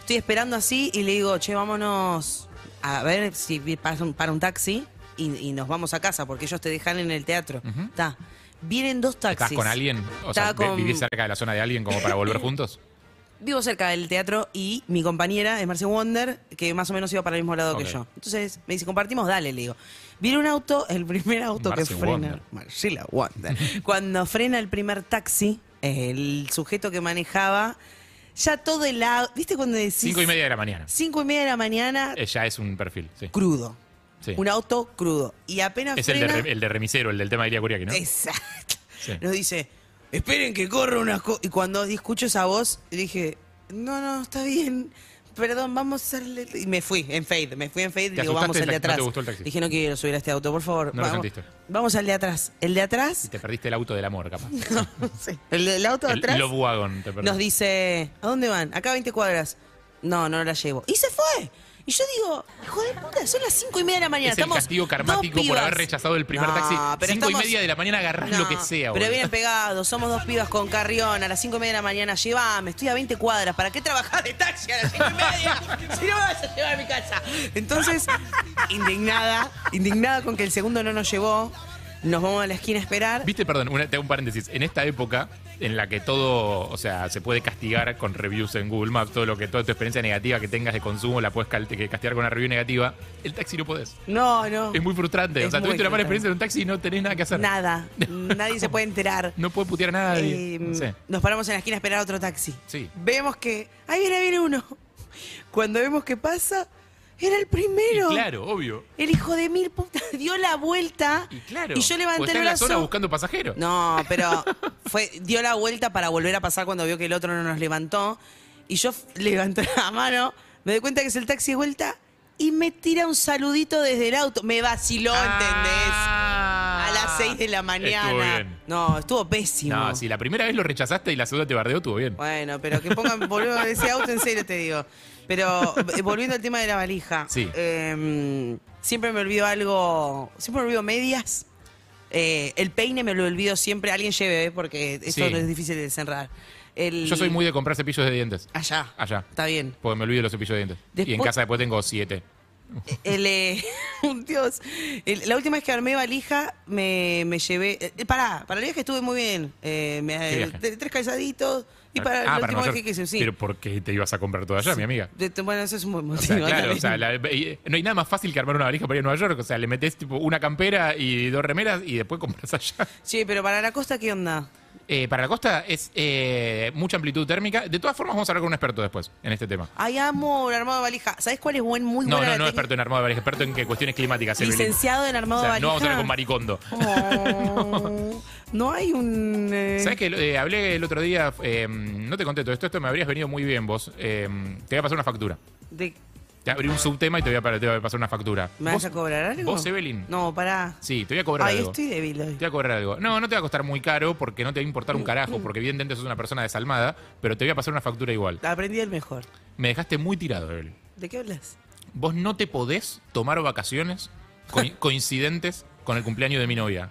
Speaker 4: Estoy esperando así y le digo, che, vámonos a ver si vi- pasa un- para un taxi y, y nos vamos a casa porque ellos te dejan en el teatro. Ta. Vienen dos taxis.
Speaker 3: ¿Estás con alguien? O sea,
Speaker 4: Estaba
Speaker 3: ve- ¿vivís cerca de la zona de alguien como para volver juntos?
Speaker 4: Vivo cerca del teatro y mi compañera es Marce Wonder, que más o menos iba para el mismo lado
Speaker 3: Ok.
Speaker 4: que yo. Entonces me dice, compartimos, dale, le digo. Viene un auto, el primer auto
Speaker 3: Marce
Speaker 4: que frena.
Speaker 3: Wonder.
Speaker 4: Marcela Wonder. Cuando frena el primer taxi, el sujeto que manejaba, ya todo el auto. ¿Viste cuando decís?
Speaker 3: Cinco y media de la mañana.
Speaker 4: Cinco y media de la mañana,
Speaker 3: Ella Eh, es un perfil, sí.
Speaker 4: crudo.
Speaker 3: Sí.
Speaker 4: Un auto crudo. Y apenas
Speaker 3: Es el de,
Speaker 4: frena.
Speaker 3: re- el de remisero, el del tema de Iria Kuriaki, ¿no?
Speaker 4: Exacto.
Speaker 3: Sí.
Speaker 4: Nos dice, esperen que corra unas cosas. Y cuando escucho esa voz, dije, no, no, está bien. Perdón, vamos a hacerle. Y me fui en fade, me fui en fade y
Speaker 3: ¿Te
Speaker 4: digo, vamos
Speaker 3: asustaste del
Speaker 4: al de
Speaker 3: taxi? ¿No
Speaker 4: atrás.
Speaker 3: te gustó el taxi?
Speaker 4: Dije, no quiero subir a este auto, por favor.
Speaker 3: No lo
Speaker 4: vamos,
Speaker 3: sentiste.
Speaker 4: vamos al de atrás. El de atrás.
Speaker 3: Y te perdiste el auto del amor, capaz.
Speaker 4: Sí. El, el auto de
Speaker 3: El
Speaker 4: atrás
Speaker 3: Love Wagon, te perdiste.
Speaker 4: nos dice, ¿a dónde van? Acá 20 cuadras. No, no la llevo. Y se fue. Y yo digo, hijo de puta, son las cinco y media de la mañana.
Speaker 3: Es el
Speaker 4: estamos
Speaker 3: castigo
Speaker 4: dos
Speaker 3: karmático por
Speaker 4: pibas.
Speaker 3: haber rechazado el primer
Speaker 4: No,
Speaker 3: taxi.
Speaker 4: pero
Speaker 3: Cinco
Speaker 4: estamos-
Speaker 3: y media de la mañana agarrás lo
Speaker 4: No,
Speaker 3: que sea,
Speaker 4: Pero
Speaker 3: boludo.
Speaker 4: vienen pegados, somos dos pibas con carrión, a las cinco y media de la mañana, llévame, estoy a 20 cuadras, ¿para qué trabajar de taxi a las cinco y media? si no me vas a llevar a mi casa. Entonces, indignada, indignada con que el segundo no nos llevó, nos vamos a la esquina a esperar.
Speaker 3: Viste, perdón, una, te hago un paréntesis. En esta época en la que todo, o sea, se puede castigar con reviews en Google Maps, todo lo que, toda tu experiencia negativa que tengas de consumo la puedes cal- que castigar con una review negativa. El taxi no podés.
Speaker 4: No, no.
Speaker 3: Es muy frustrante.
Speaker 4: Es
Speaker 3: o sea,
Speaker 4: muy
Speaker 3: tuviste una mala
Speaker 4: frustrante.
Speaker 3: experiencia en un taxi y no tenés nada que hacer.
Speaker 4: Nada. Nadie se puede enterar.
Speaker 3: No puedes putear a nadie.
Speaker 4: Eh,
Speaker 3: no sé.
Speaker 4: Nos paramos en la esquina a esperar otro taxi.
Speaker 3: Sí.
Speaker 4: Vemos que. Ahí viene, ahí viene uno. Cuando vemos que pasa, era el
Speaker 3: Y
Speaker 4: primero.
Speaker 3: claro, obvio.
Speaker 4: El hijo de mil putas dio la vuelta.
Speaker 3: Y claro.
Speaker 4: Y yo
Speaker 3: porque
Speaker 4: levanté
Speaker 3: está
Speaker 4: el
Speaker 3: en la zona
Speaker 4: brazo.
Speaker 3: buscando pasajeros.
Speaker 4: No, pero fue, dio la vuelta para volver a pasar cuando vio que el otro no nos levantó. Y yo f- levanté la mano, me doy cuenta que es el taxi de vuelta y me tira un saludito desde el auto. Me vaciló, ¿entendés? A
Speaker 3: Ah.
Speaker 4: las 6 de la mañana.
Speaker 3: Estuvo bien.
Speaker 4: No, estuvo pésimo.
Speaker 3: No, si la primera vez lo rechazaste y la segunda te bardeó, estuvo bien.
Speaker 4: Bueno, pero que pongan boludo ese auto en serio, te digo. Pero eh, volviendo al tema de la valija.
Speaker 3: Sí.
Speaker 4: eh, siempre me olvido algo. Siempre me olvido medias. Eh, el peine me lo olvido siempre. Alguien lleve, eh, porque esto
Speaker 3: Sí.
Speaker 4: no es difícil de desenredar. El-
Speaker 3: Yo soy muy de comprar cepillos de dientes.
Speaker 4: Allá.
Speaker 3: Allá.
Speaker 4: Está bien.
Speaker 3: Porque me olvido los cepillos de dientes. Y en
Speaker 4: Después-
Speaker 3: casa después tengo siete.
Speaker 4: El, eh, un Dios. El- la última vez que armé valija, me, me llevé. eh, pará, para el viaje estuve muy bien. Eh, me-
Speaker 3: ¿Qué viaje?
Speaker 4: tre- tres calzaditos. Y para el último
Speaker 3: Nueva
Speaker 4: viaje
Speaker 3: York.
Speaker 4: que hice, sí.
Speaker 3: Ah, Pero ¿por qué te ibas a comprar todo allá, mi amiga?
Speaker 4: De- de- bueno, eso es un buen
Speaker 3: O
Speaker 4: motivo.
Speaker 3: sea, claro,
Speaker 4: también.
Speaker 3: o sea, la- y- no hay nada más fácil que armar una valija para ir a Nueva York. O sea, le metes tipo una campera y dos remeras y después compras allá.
Speaker 4: Sí, pero para la costa, ¿qué onda?
Speaker 3: Eh, para la costa es eh, mucha amplitud térmica. De todas formas, vamos a hablar con un experto después en este tema.
Speaker 4: Ay, amo el armado de valija. ¿Sabes cuál es buen, muy
Speaker 3: No,
Speaker 4: buena
Speaker 3: no,
Speaker 4: la
Speaker 3: no
Speaker 4: técnica?
Speaker 3: experto en armado de valija, experto en que cuestiones climáticas. Evelyn.
Speaker 4: Licenciado en armado
Speaker 3: O sea,
Speaker 4: de valija.
Speaker 3: no vamos a hablar con Maricondo.
Speaker 4: Oh, no hay un... eh,
Speaker 3: ¿Sabes que eh, hablé el otro día? eh, no te conté todo esto, esto me habrías venido muy bien vos. Eh, te voy a pasar una factura.
Speaker 4: de-
Speaker 3: Te abrí un subtema y te voy a, te voy a pasar una factura.
Speaker 4: ¿Me
Speaker 3: ¿Vos-
Speaker 4: vas a cobrar algo?
Speaker 3: ¿Vos, Evelyn?
Speaker 4: No, pará.
Speaker 3: Sí, te voy a cobrar
Speaker 4: Ay,
Speaker 3: algo.
Speaker 4: estoy débil hoy.
Speaker 3: Te voy a cobrar algo. No, no te va a costar muy caro porque no te va a importar un carajo, porque evidentemente sos una persona desalmada, pero te voy a pasar una factura igual.
Speaker 4: Aprendí el mejor.
Speaker 3: Me dejaste muy tirado, Evelyn.
Speaker 4: ¿De qué hablas?
Speaker 3: Vos no te podés tomar vacaciones coi- coincidentes con el cumpleaños de mi novia.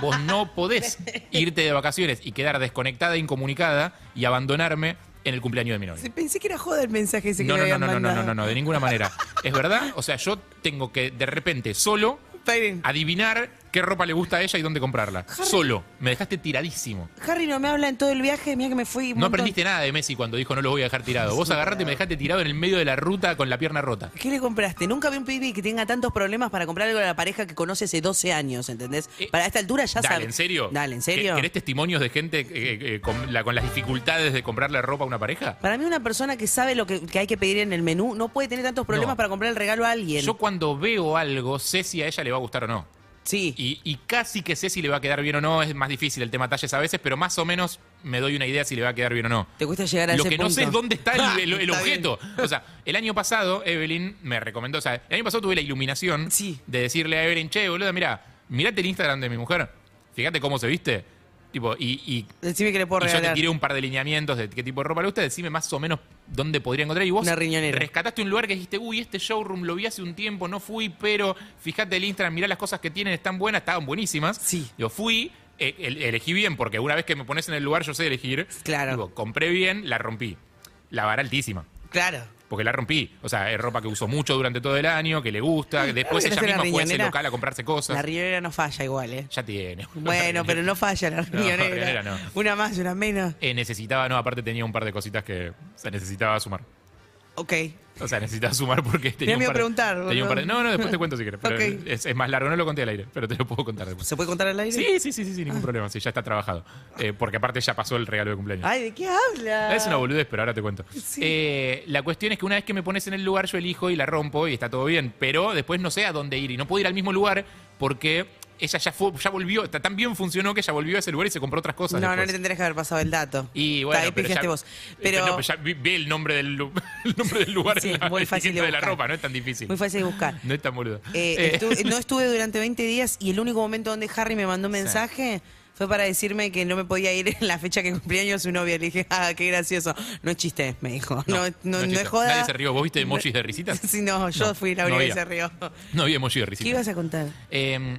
Speaker 3: Vos no podés irte de vacaciones y quedar desconectada, incomunicada y abandonarme en el cumpleaños de mi novia.
Speaker 4: Sí, Pensé que era joda el mensaje ese que
Speaker 3: No,
Speaker 4: me
Speaker 3: no, no,
Speaker 4: habían
Speaker 3: no, no, no,
Speaker 4: mandado.
Speaker 3: no, no, de ninguna manera. ¿Es verdad? O sea, yo tengo que de repente solo
Speaker 4: Está bien.
Speaker 3: adivinar qué ropa le gusta a ella y dónde comprarla. Solo. Me dejaste tiradísimo.
Speaker 4: Harry no me habla en todo el viaje. Mira que me fui... un
Speaker 3: No
Speaker 4: montón.
Speaker 3: aprendiste nada de Messi cuando dijo no lo voy a dejar tirado. Vos agarrate y me dejaste tirado en el medio de la ruta con la pierna rota.
Speaker 4: ¿Qué le compraste? Nunca vi un pibe que tenga tantos problemas para comprar algo a la pareja que conoce hace 12 años, ¿entendés?
Speaker 3: Eh,
Speaker 4: Para esta altura ya
Speaker 3: Dale,
Speaker 4: sabes.
Speaker 3: ¿en serio?
Speaker 4: Dale, ¿en serio?
Speaker 3: ¿Querés testimonios de gente eh, eh, con, la- con las dificultades de comprarle ropa a una pareja?
Speaker 4: Para mí una persona que sabe lo que, que hay que pedir en el menú no puede tener tantos problemas
Speaker 3: No.
Speaker 4: para comprar el regalo a alguien.
Speaker 3: Yo cuando veo algo, sé si a ella le va a gustar o no.
Speaker 4: sí.
Speaker 3: Y, y casi que sé si le va a quedar bien o no. Es más difícil el tema talles a veces, pero más o menos me doy una idea si le va a quedar bien o no.
Speaker 4: ¿Te cuesta llegar a
Speaker 3: Lo
Speaker 4: ese
Speaker 3: que no sé es
Speaker 4: punto?
Speaker 3: dónde está el, el- el
Speaker 4: Está bien.
Speaker 3: objeto. O sea, el año pasado, Evelyn me recomendó, o sea, el año pasado tuve la iluminación
Speaker 4: Sí.
Speaker 3: de decirle a Evelyn, che, boluda, mira, mirate el Instagram de mi mujer, fíjate cómo se viste. Tipo, y, y-
Speaker 4: Decime que le puedo
Speaker 3: y yo te
Speaker 4: regalar.
Speaker 3: tiré un par de lineamientos de qué tipo de ropa le gusta, decime más o menos dónde podría encontrar. Y vos
Speaker 4: Una riñonera.
Speaker 3: rescataste un lugar que dijiste, uy, este showroom lo vi hace un tiempo, no fui, pero fíjate el Instagram, mirá las cosas que tienen, están buenas, estaban buenísimas.
Speaker 4: Sí.
Speaker 3: Yo fui. eh, el- elegí bien, porque una vez que me pones en el lugar yo sé elegir.
Speaker 4: Claro.
Speaker 3: Digo, compré bien, la rompí. La vara altísima.
Speaker 4: Claro.
Speaker 3: Porque la rompí. O sea, es ropa que usó mucho durante todo el año, que le gusta. que Después
Speaker 4: Claro que
Speaker 3: ella
Speaker 4: no es la
Speaker 3: misma fue a ese
Speaker 4: riñonera.
Speaker 3: local a comprarse cosas.
Speaker 4: La riñonera no falla igual, ¿eh?
Speaker 3: ya tiene.
Speaker 4: Bueno, pero no falla la riñonera.
Speaker 3: riñonera no.
Speaker 4: Una más, una menos.
Speaker 3: Eh, necesitaba, no, aparte tenía un par de cositas que se necesitaba sumar.
Speaker 4: Ok.
Speaker 3: O sea, necesitaba sumar porque tenía
Speaker 4: me
Speaker 3: un
Speaker 4: iba a
Speaker 3: par de-
Speaker 4: preguntar,
Speaker 3: tenía un par de- no,
Speaker 4: boludo.
Speaker 3: no, después te cuento si quieres. Pero
Speaker 4: Ok.
Speaker 3: es, es más largo, no lo conté al aire, pero te lo puedo contar después.
Speaker 4: ¿Se puede contar al aire?
Speaker 3: Sí, sí, sí, sí, sí,
Speaker 4: Ah.
Speaker 3: ningún problema. Sí, ya está trabajado. Eh, porque aparte ya pasó el regalo de cumpleaños.
Speaker 4: Ay, ¿de qué habla?
Speaker 3: Es una boludez, pero ahora te cuento.
Speaker 4: Sí.
Speaker 3: Eh, la cuestión es que una vez que me pones en el lugar, yo elijo y la rompo y está todo bien. Pero después no sé a dónde ir y no puedo ir al mismo lugar porque ella ya fue, ya volvió. ta- Tan bien funcionó que ella volvió a ese lugar y se compró otras cosas.
Speaker 4: No, no
Speaker 3: después.
Speaker 4: le tendrías que haber pasado el dato.
Speaker 3: Y bueno,
Speaker 4: Está, ahí
Speaker 3: pero
Speaker 4: pifiaste
Speaker 3: ya-
Speaker 4: vos.
Speaker 3: eh,
Speaker 4: Pero,
Speaker 3: no, pero ya vi, vi el nombre del, lu- el nombre del lugar
Speaker 4: Sí,
Speaker 3: en la
Speaker 4: muy fácil de
Speaker 3: etiqueta de la
Speaker 4: buscar.
Speaker 3: ropa, no es tan difícil.
Speaker 4: muy fácil de buscar.
Speaker 3: No es tan boludo.
Speaker 4: Eh,
Speaker 3: Eh,
Speaker 4: estu- no estuve durante 20 días y el único momento donde Harry me mandó un mensaje fue para decirme que no me podía ir en la fecha que cumplía años su novia. Le dije, ah, qué gracioso. No es chiste, me dijo. No, no, no,
Speaker 3: chiste.
Speaker 4: es joda.
Speaker 3: Nadie se rió. ¿Vos viste emojis de risitas?
Speaker 4: Sí, no, yo fui la
Speaker 3: no
Speaker 4: única que
Speaker 3: había.
Speaker 4: se rió.
Speaker 3: No había emoji de
Speaker 4: ¿Qué
Speaker 3: risitas.
Speaker 4: ibas a contar?
Speaker 3: Eh,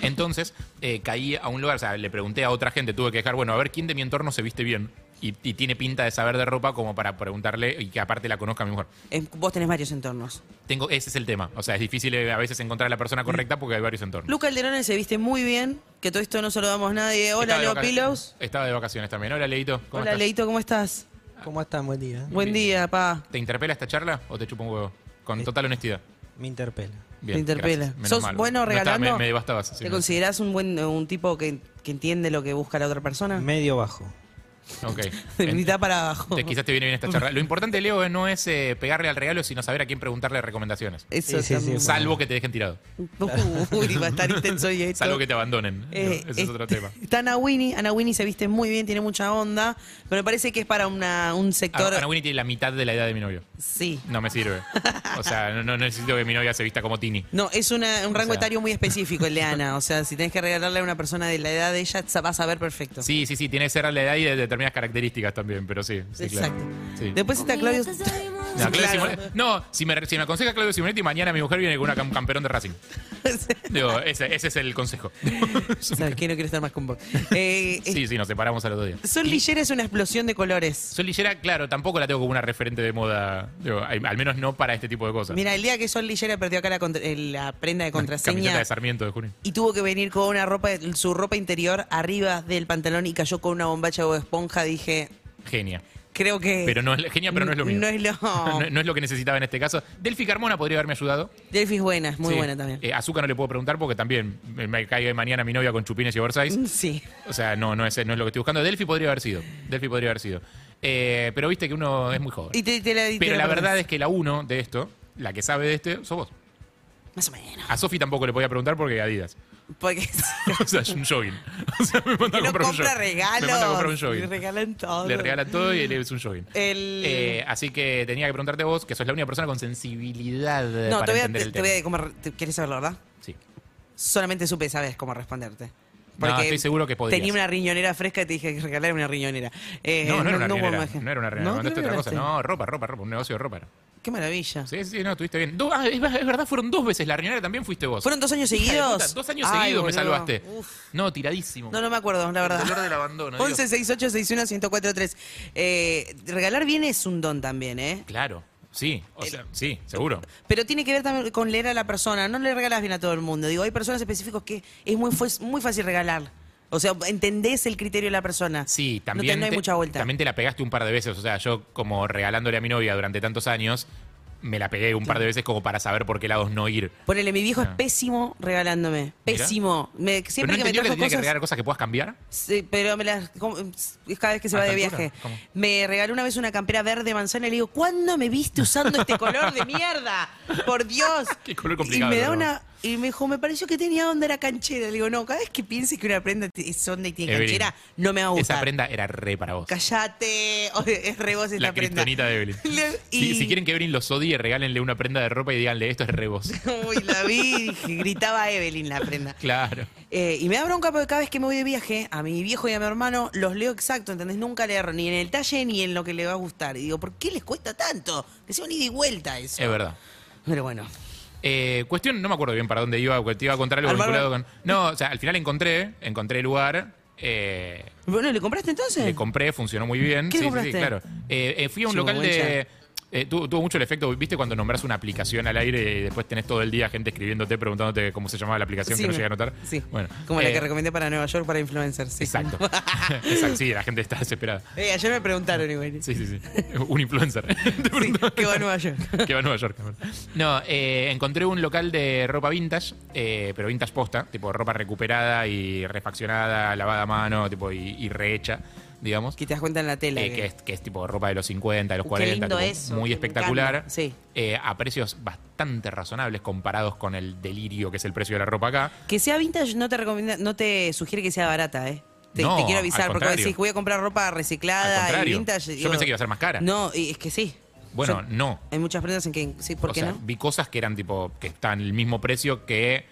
Speaker 3: entonces eh, caí a un lugar, o sea, le pregunté a otra gente, tuve que dejar, bueno, a ver quién de mi entorno se viste bien y, y tiene pinta de saber de ropa como para preguntarle y que aparte la conozca a mi mujer.
Speaker 4: Eh, vos tenés varios entornos.
Speaker 3: Tengo, ese es el tema, o sea, es difícil eh, a veces encontrar a la persona correcta porque hay varios entornos.
Speaker 4: Luca Alderone se viste muy bien, que todo esto no saludamos a nadie. Hola,
Speaker 3: Estaba de
Speaker 4: Leo
Speaker 3: vaca-
Speaker 4: Pilos.
Speaker 3: Estaba de vacaciones también. Hola, Leito. ¿Cómo
Speaker 4: Hola,
Speaker 3: estás?
Speaker 4: Leito, ¿cómo estás?
Speaker 1: ¿Cómo están? Buen día.
Speaker 4: Buen día, pa.
Speaker 3: ¿Te interpela esta charla o te chupa un huevo?
Speaker 4: Eh,
Speaker 3: Con total honestidad.
Speaker 1: Me interpela.
Speaker 3: Bien,
Speaker 4: te interpela.
Speaker 3: gracias. Menos
Speaker 4: ¿Sos
Speaker 3: mal.
Speaker 4: bueno
Speaker 3: No estaba-
Speaker 4: regalando?
Speaker 3: me, me devastabas. sí,
Speaker 4: ¿Te
Speaker 3: no.
Speaker 4: considerás un buen eh, un tipo que, que entiende lo que busca la otra
Speaker 3: Ah.
Speaker 4: persona?
Speaker 1: Medio bajo.
Speaker 3: Ok.
Speaker 4: De mitad para abajo.
Speaker 3: Entonces, quizás te viene bien esta charla. Lo importante, Leo, eh, no es eh, pegarle al regalo, sino saber a quién preguntarle recomendaciones.
Speaker 4: Eso
Speaker 1: Sí, sí,
Speaker 4: está
Speaker 1: sí,
Speaker 4: muy-
Speaker 1: bueno.
Speaker 3: Salvo que te dejen tirado.
Speaker 4: Uy, va a estar intenso y esto.
Speaker 3: Salvo que te abandonen.
Speaker 4: Eh,
Speaker 3: Ese es otro
Speaker 4: este-
Speaker 3: tema.
Speaker 4: Está Ana Winnie. Ana Winnie se viste muy bien, tiene mucha onda. Pero me parece que es para una, un sector.
Speaker 3: Ana Ana Winnie tiene la mitad de la edad de mi novio.
Speaker 4: sí.
Speaker 3: No me sirve. O sea, no, no necesito que mi novia se vista como Tini.
Speaker 4: No, es una- un rango
Speaker 3: sea-
Speaker 4: etario muy específico el de Ana. O sea, si tenés que regalarle a una persona de la edad de ella, sa- vas a ver perfecto.
Speaker 3: Sí, sí, sí, tiene que ser a la edad y de determinadas características también, pero sí. sí, claro.
Speaker 4: Exacto.
Speaker 3: Sí.
Speaker 4: Después está Claudio.
Speaker 3: No, Claudio Simonetti- no, si me, si me aconseja Claudio Simonetti, mañana mi mujer viene con una cam- camperón de Racing. Digo, ese, ese es el consejo.
Speaker 4: ¿Sabes qué? No quiero estar más con vos. Eh, es-
Speaker 3: sí, sí, nos separamos al otro día.
Speaker 4: Sol Lillera es una explosión de colores.
Speaker 3: Sol Lillera, claro, tampoco la tengo como una referente de moda. Digo, al al menos no para este tipo de cosas.
Speaker 4: Mira, el día que Sol Lillera perdió acá la, contra- eh, la prenda de
Speaker 3: Camiseta
Speaker 4: contraseña
Speaker 3: de Sarmiento de Junín.
Speaker 4: y tuvo que venir con una ropa, su ropa interior arriba del pantalón y cayó con una bombacha o esponja, dije,
Speaker 3: Genia.
Speaker 4: creo que...
Speaker 3: Pero no es la- genia, pero no es lo mío.
Speaker 4: Eh, No es lo...
Speaker 3: No- no es lo que necesitaba en este caso. Delphi Carmona podría haberme ayudado.
Speaker 4: Delphi es buena, es muy
Speaker 3: Sí.
Speaker 4: buena también.
Speaker 3: Eh, Azúcar no le puedo preguntar porque también me, me caiga mañana mi novia con chupines y oversize.
Speaker 4: Sí.
Speaker 3: O sea, no, no es, no es lo que estoy buscando. Delphi podría haber sido. Delphi podría haber sido. Eh, pero viste que uno es muy joven.
Speaker 4: Y te, te la y te
Speaker 3: pero la
Speaker 4: perdés.
Speaker 3: verdad es que la uno de esto, la que sabe de este, sos vos.
Speaker 4: Más o menos.
Speaker 3: A Sofi tampoco le podía preguntar porque Adidas.
Speaker 4: Porque
Speaker 3: O sea, es un jogging. O sea, me manda a
Speaker 4: no
Speaker 3: comprar un
Speaker 4: compra
Speaker 3: jogging. Me manda a comprar un
Speaker 4: regalos. Le
Speaker 3: jogging.
Speaker 4: regalan todo.
Speaker 3: Le regala todo y le es un jogging.
Speaker 4: El-
Speaker 3: Eh, así que tenía que preguntarte a vos, que sos la única persona con sensibilidad eh,
Speaker 4: no,
Speaker 3: para
Speaker 4: te voy a...
Speaker 3: entender
Speaker 4: Te,
Speaker 3: el
Speaker 4: te
Speaker 3: tema.
Speaker 4: voy a como re- te- ¿Quieres saberlo, verdad?
Speaker 3: Sí.
Speaker 4: solamente supe esa vez cómo responderte.
Speaker 3: No, estoy seguro que podías.
Speaker 4: Tenía una riñonera fresca y te dije que regalarme una riñonera. Eh,
Speaker 3: No, no, era una
Speaker 4: hubo
Speaker 3: riñonera.
Speaker 4: magia.
Speaker 3: No era una riñonera.
Speaker 4: ¿No?
Speaker 3: Mandaste
Speaker 4: ¿Qué
Speaker 3: otra cosa.
Speaker 4: regalaste?
Speaker 3: No, ropa, ropa, ropa. Un negocio de ropa. era.
Speaker 4: Qué maravilla.
Speaker 3: Sí, sí, no, estuviste bien. Do- ah, es, es verdad, fueron dos veces. La riñonera también fuiste vos.
Speaker 4: ¿Fueron dos años
Speaker 3: Hija de
Speaker 4: seguidos?
Speaker 3: puta, dos años
Speaker 4: Ay,
Speaker 3: seguidos me
Speaker 4: boludo.
Speaker 3: salvaste.
Speaker 4: Uf.
Speaker 3: No, tiradísimo.
Speaker 4: No, no me acuerdo, la
Speaker 3: El dolor
Speaker 4: verdad.
Speaker 3: del abandono. Dios.
Speaker 4: 11 68 61 1043. Eh, regalar bien es un don también, ¿eh?
Speaker 3: Claro. Sí, o sea, sí, seguro.
Speaker 4: Pero tiene que ver también con leer a la persona. No le regalas bien a todo el mundo. Digo, hay personas específicas que es muy, fu- muy fácil regalar. O sea, entendés el criterio de la persona.
Speaker 3: Sí,
Speaker 4: No te-
Speaker 3: también.
Speaker 4: No, hay
Speaker 3: te-
Speaker 4: mucha vuelta.
Speaker 3: También te la pegaste un par de veces. O sea, yo, como regalándole a mi novia durante tantos años, me la pegué un par de veces como para saber por qué lados no ir.
Speaker 4: Ponele, mi viejo
Speaker 3: Ah.
Speaker 4: es pésimo regalándome.
Speaker 3: Mirá.
Speaker 4: Pésimo. Me-
Speaker 3: Pero no
Speaker 4: siempre que me
Speaker 3: entendió que,
Speaker 4: trajo
Speaker 3: te tenía que
Speaker 4: cosas.
Speaker 3: regalar cosas que puedas cambiar.
Speaker 4: sí, pero me las. como, es cada vez que se
Speaker 3: ¿A
Speaker 4: va de
Speaker 3: esta altura?
Speaker 4: viaje.
Speaker 3: ¿Cómo?
Speaker 4: Me regaló una vez una campera verde manzana y le digo, ¿cuándo me viste usando este color de mierda? Por Dios.
Speaker 3: Qué color complicado,
Speaker 4: Y me da
Speaker 3: ¿verdad?
Speaker 4: una. Y me dijo, me pareció que tenía onda, era canchera. Le digo, no, cada vez que pienses que una prenda t- es onda y tiene
Speaker 3: Evelyn,
Speaker 4: canchera, no me va a
Speaker 3: Esa
Speaker 4: gustar.
Speaker 3: prenda era re para vos.
Speaker 4: Cállate. Oye, Es re vos esta
Speaker 3: La
Speaker 4: prenda.
Speaker 3: criptonita de Evelyn.
Speaker 4: Le-
Speaker 3: Si,
Speaker 4: y-
Speaker 3: si quieren que Evelyn los odie, regálenle una prenda de ropa y díganle esto es re vos.
Speaker 4: Uy, la vi, y dije, gritaba Evelyn la prenda.
Speaker 3: Claro.
Speaker 4: Eh, y me da bronca porque cada vez que me voy de viaje, a mi viejo y a mi hermano los leo exacto, ¿entendés? Nunca le erro, ni en el talle ni en lo que le va a gustar. Y digo, ¿por qué les cuesta tanto? Que sea un ida y vuelta eso.
Speaker 3: Es verdad.
Speaker 4: Pero bueno,
Speaker 3: Eh, cuestión, no me acuerdo bien para dónde iba, porque te iba a contar algo
Speaker 4: Al
Speaker 3: vinculado con. No, o sea, al final encontré, encontré lugar. eh,
Speaker 4: bueno, ¿le compraste entonces?
Speaker 3: Le compré, funcionó muy bien.
Speaker 4: ¿Qué
Speaker 3: sí,
Speaker 4: le
Speaker 3: sí, sí,
Speaker 4: compraste?
Speaker 3: claro. Eh, eh, fui a un
Speaker 4: Yo,
Speaker 3: local
Speaker 4: buen
Speaker 3: de.
Speaker 4: chan.
Speaker 3: eh, tuvo, tuvo mucho el efecto, ¿viste? Cuando nombras una aplicación al aire y después tenés todo el día gente escribiéndote, preguntándote cómo se llamaba la aplicación
Speaker 4: Sí,
Speaker 3: que no
Speaker 4: me-
Speaker 3: llegué a notar.
Speaker 4: Sí,
Speaker 3: Bueno,
Speaker 4: como
Speaker 3: eh,
Speaker 4: la que recomendé para Nueva York para influencers. sí.
Speaker 3: Exacto. Exacto, Sí, la gente está desesperada.
Speaker 4: Eh, ayer me preguntaron igual.
Speaker 3: Sí, sí, sí. Un influencer. Te
Speaker 4: Sí,
Speaker 3: preguntaban.
Speaker 4: que va a Nueva York.
Speaker 3: que va a Nueva York. cabrón. No, eh, encontré un local de ropa vintage, eh, pero vintage posta, tipo ropa recuperada y refaccionada, lavada a mano, tipo y, y rehecha, digamos.
Speaker 4: Que te das cuenta en la tela.
Speaker 3: Eh, que, es, que es tipo ropa de los 50, de los
Speaker 4: Qué
Speaker 3: 40, tipo,
Speaker 4: lindo eso,
Speaker 3: muy
Speaker 4: me
Speaker 3: espectacular.
Speaker 4: encanta, sí.
Speaker 3: Eh, a precios bastante razonables comparados con el delirio que es el precio de la ropa acá.
Speaker 4: Que sea vintage no te recomienda, no te sugiere que sea barata, ¿eh? Te,
Speaker 3: No,
Speaker 4: te quiero
Speaker 3: al
Speaker 4: avisar, porque
Speaker 3: contrario.
Speaker 4: decís, voy a comprar ropa
Speaker 3: Al
Speaker 4: reciclada y
Speaker 3: contrario.
Speaker 4: vintage.
Speaker 3: Yo pensé que iba a ser más cara.
Speaker 4: No, y es que sí.
Speaker 3: Bueno,
Speaker 4: Yo-
Speaker 3: no.
Speaker 4: Hay muchas prendas en que sí, ¿por
Speaker 3: o
Speaker 4: qué
Speaker 3: sea,
Speaker 4: no?
Speaker 3: vi cosas que eran tipo, que están el mismo precio que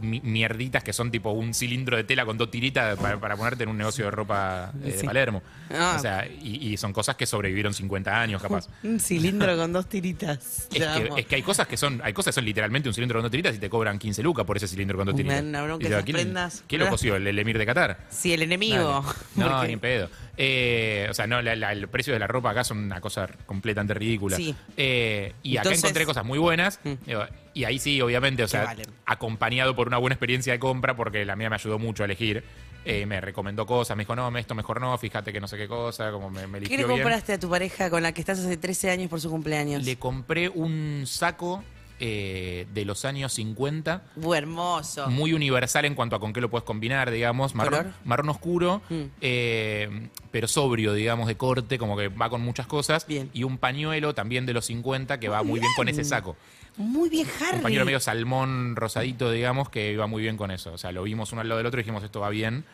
Speaker 3: mi- mierditas que son tipo un cilindro de tela con dos tiritas para, para ponerte en un negocio de ropa eh, de
Speaker 1: Sí.
Speaker 3: Palermo.
Speaker 4: Ah.
Speaker 3: O sea, y, y son cosas que sobrevivieron 50 años, capaz.
Speaker 4: Un cilindro con dos tiritas.
Speaker 3: Es
Speaker 4: Te amo.
Speaker 3: que, es que hay cosas que son, hay cosas que son literalmente un cilindro con dos tiritas y te cobran 15 lucas por ese cilindro con dos
Speaker 4: Me
Speaker 3: tiritas.
Speaker 4: dan una bronca
Speaker 3: Y yo,
Speaker 4: esas
Speaker 3: ¿quién le-
Speaker 4: prendas.
Speaker 3: ¿Quién lo cosió? ¿El, el emir de Qatar?
Speaker 4: Sí, el enemigo.
Speaker 3: Dale. No,
Speaker 4: Porque-
Speaker 3: ni en pedo. Eh, o sea, no, la- la- el precio de la ropa acá son una cosa completamente ridícula.
Speaker 4: Sí.
Speaker 3: Eh, y acá
Speaker 4: Entonces- Mm.
Speaker 3: encontré cosas muy buenas. digo, Y ahí sí, obviamente, o sea,
Speaker 4: valen.
Speaker 3: acompañado por una buena experiencia de compra, porque la mía me ayudó mucho a elegir. Eh, me recomendó cosas, me dijo, no, esto mejor no, fíjate que no sé qué cosa, como me, me
Speaker 4: ¿Qué
Speaker 3: eligió
Speaker 4: le
Speaker 3: bien.
Speaker 4: compraste a tu pareja con la que estás hace 13 años por su cumpleaños?
Speaker 3: Le compré un saco eh, de los años 50
Speaker 4: Bu, hermoso.
Speaker 3: muy universal en cuanto a con qué lo puedes combinar, digamos. Marrón,
Speaker 4: ¿Color?
Speaker 3: marrón oscuro,
Speaker 4: Hmm.
Speaker 3: eh, pero sobrio, digamos, de corte, como que va con muchas cosas.
Speaker 4: Bien.
Speaker 3: Y un pañuelo también de los 50 que va muy bien con ese saco.
Speaker 4: Muy bien,
Speaker 3: Un pañuelo
Speaker 4: Harry.
Speaker 3: medio salmón rosadito, digamos, que iba muy bien con eso. O sea, lo vimos uno al lado del otro y dijimos, esto va bien.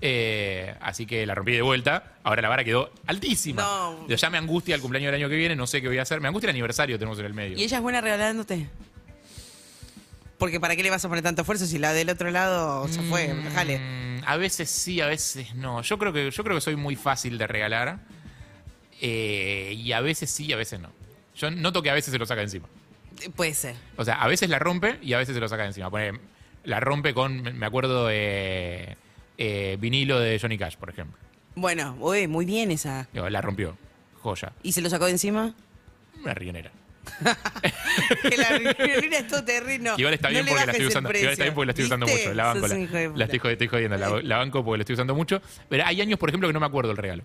Speaker 3: Eh, así que la rompí de vuelta. Ahora la vara quedó altísima.
Speaker 4: No.
Speaker 3: Yo ya me angustia el cumpleaños del año que viene, no sé qué voy a hacer. Me angustia el aniversario, tenemos en el medio.
Speaker 4: ¿Y ella es buena regalándote? Porque ¿para qué le vas a poner tanto esfuerzo si la del otro lado se fue? Jale.
Speaker 3: Mm, A veces sí, a veces no. Yo creo que, yo creo que soy muy fácil de regalar. eh, y a veces sí, a veces no. Yo noto que a veces se lo saca de encima.
Speaker 4: Eh, Puede ser.
Speaker 3: O sea, a veces la rompe y a veces se lo saca de encima. Pone, la rompe con, me acuerdo, eh, eh, vinilo de Johnny Cash, por ejemplo.
Speaker 4: Bueno, uy, muy bien esa.
Speaker 3: Digo, La rompió. Joya.
Speaker 4: ¿Y se lo sacó de encima?
Speaker 3: Una rionera.
Speaker 4: que la violina es todo terreno.
Speaker 3: Igual está bien
Speaker 4: No le
Speaker 3: porque la
Speaker 4: bajes
Speaker 3: estoy
Speaker 4: el
Speaker 3: usando. Igual está bien porque la estoy usando
Speaker 4: ¿Viste?
Speaker 3: mucho. La banco.
Speaker 4: Sos
Speaker 3: La,
Speaker 4: un hijo de
Speaker 3: la
Speaker 4: puta.
Speaker 3: estoy, jod- estoy jodiendo. La, la banco porque la estoy usando mucho. Pero hay años, por ejemplo, que no me acuerdo el regalo.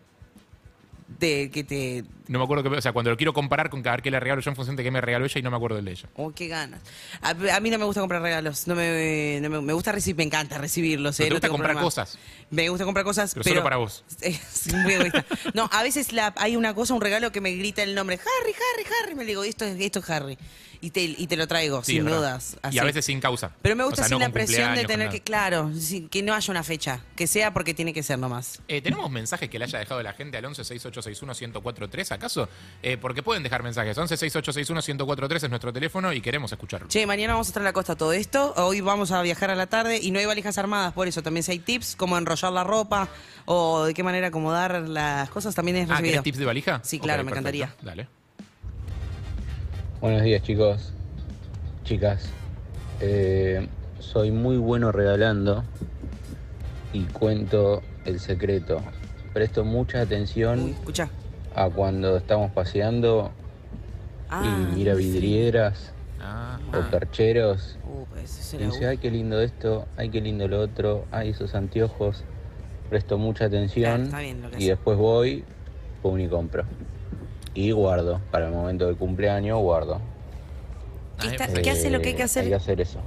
Speaker 4: De que te.
Speaker 3: No me acuerdo que, o sea, cuando lo quiero comparar con cada que le regalo yo en función de qué me regaló ella y no me acuerdo el de ella.
Speaker 4: Oh, qué ganas. A, a mí no me gusta comprar regalos. No me, no me, me gusta recibir, me encanta recibirlos.
Speaker 3: Pero
Speaker 4: eh,
Speaker 3: te gusta
Speaker 4: no tengo
Speaker 3: comprar
Speaker 4: problema.
Speaker 3: cosas.
Speaker 4: Me gusta comprar cosas.
Speaker 3: Pero
Speaker 4: Pero,
Speaker 3: solo para vos.
Speaker 4: Es muy egoísta. No, a veces la, hay una cosa, un regalo que me grita el nombre. Harry, Harry, Harry. Me digo, esto es, esto es Harry. Y te, y te lo traigo,
Speaker 3: Sí,
Speaker 4: sin
Speaker 3: es verdad.
Speaker 4: dudas.
Speaker 3: Y a
Speaker 4: así.
Speaker 3: veces sin causa.
Speaker 4: Pero me gusta
Speaker 3: O sea,
Speaker 4: sin
Speaker 3: no
Speaker 4: la
Speaker 3: con
Speaker 4: impresión de
Speaker 3: cumpleaños, con
Speaker 4: tener
Speaker 3: nada.
Speaker 4: que, claro, sin- que no haya una fecha. Que sea porque tiene que ser nomás.
Speaker 3: Eh, ¿Tenemos mensajes que le haya dejado la gente al 11 6861 1043 acaso? Eh, porque pueden dejar mensajes. 11 6861 1043 es nuestro teléfono y queremos escucharlo.
Speaker 4: Che, mañana vamos a estar en la costa todo esto. Hoy vamos a viajar a la tarde y no hay valijas armadas, por eso también si hay tips, como enrollar la ropa o de qué manera acomodar las cosas, también es
Speaker 3: Ah,
Speaker 4: recibido.
Speaker 3: ¿querés tips de valija?
Speaker 4: Sí,
Speaker 3: Ok,
Speaker 4: claro, me
Speaker 3: perfecto.
Speaker 4: encantaría.
Speaker 3: Dale.
Speaker 6: Buenos días chicos, chicas. Eh, soy muy bueno regalando y cuento el secreto. Presto mucha
Speaker 4: Uy,
Speaker 6: atención
Speaker 4: escucha.
Speaker 6: a cuando estamos paseando
Speaker 4: Ah,
Speaker 6: y mira
Speaker 4: sí.
Speaker 6: vidrieras
Speaker 3: Ah,
Speaker 4: Oh.
Speaker 6: o percheros.
Speaker 4: Uh, pues eso
Speaker 6: Y
Speaker 4: será
Speaker 6: dice, ay, qué lindo esto, ay, qué lindo lo otro, ay, esos anteojos. Presto mucha
Speaker 4: Claro,
Speaker 6: atención
Speaker 4: Ah, está bien lo que
Speaker 6: y
Speaker 4: hace.
Speaker 6: después voy, pum y compro. Y guardo, para el momento del cumpleaños guardo.
Speaker 4: ¿Qué,
Speaker 3: Ah,
Speaker 4: está-
Speaker 3: eh,
Speaker 4: qué hace lo que hay que
Speaker 6: Eh, Hay
Speaker 4: hacer?
Speaker 6: que hacer eso.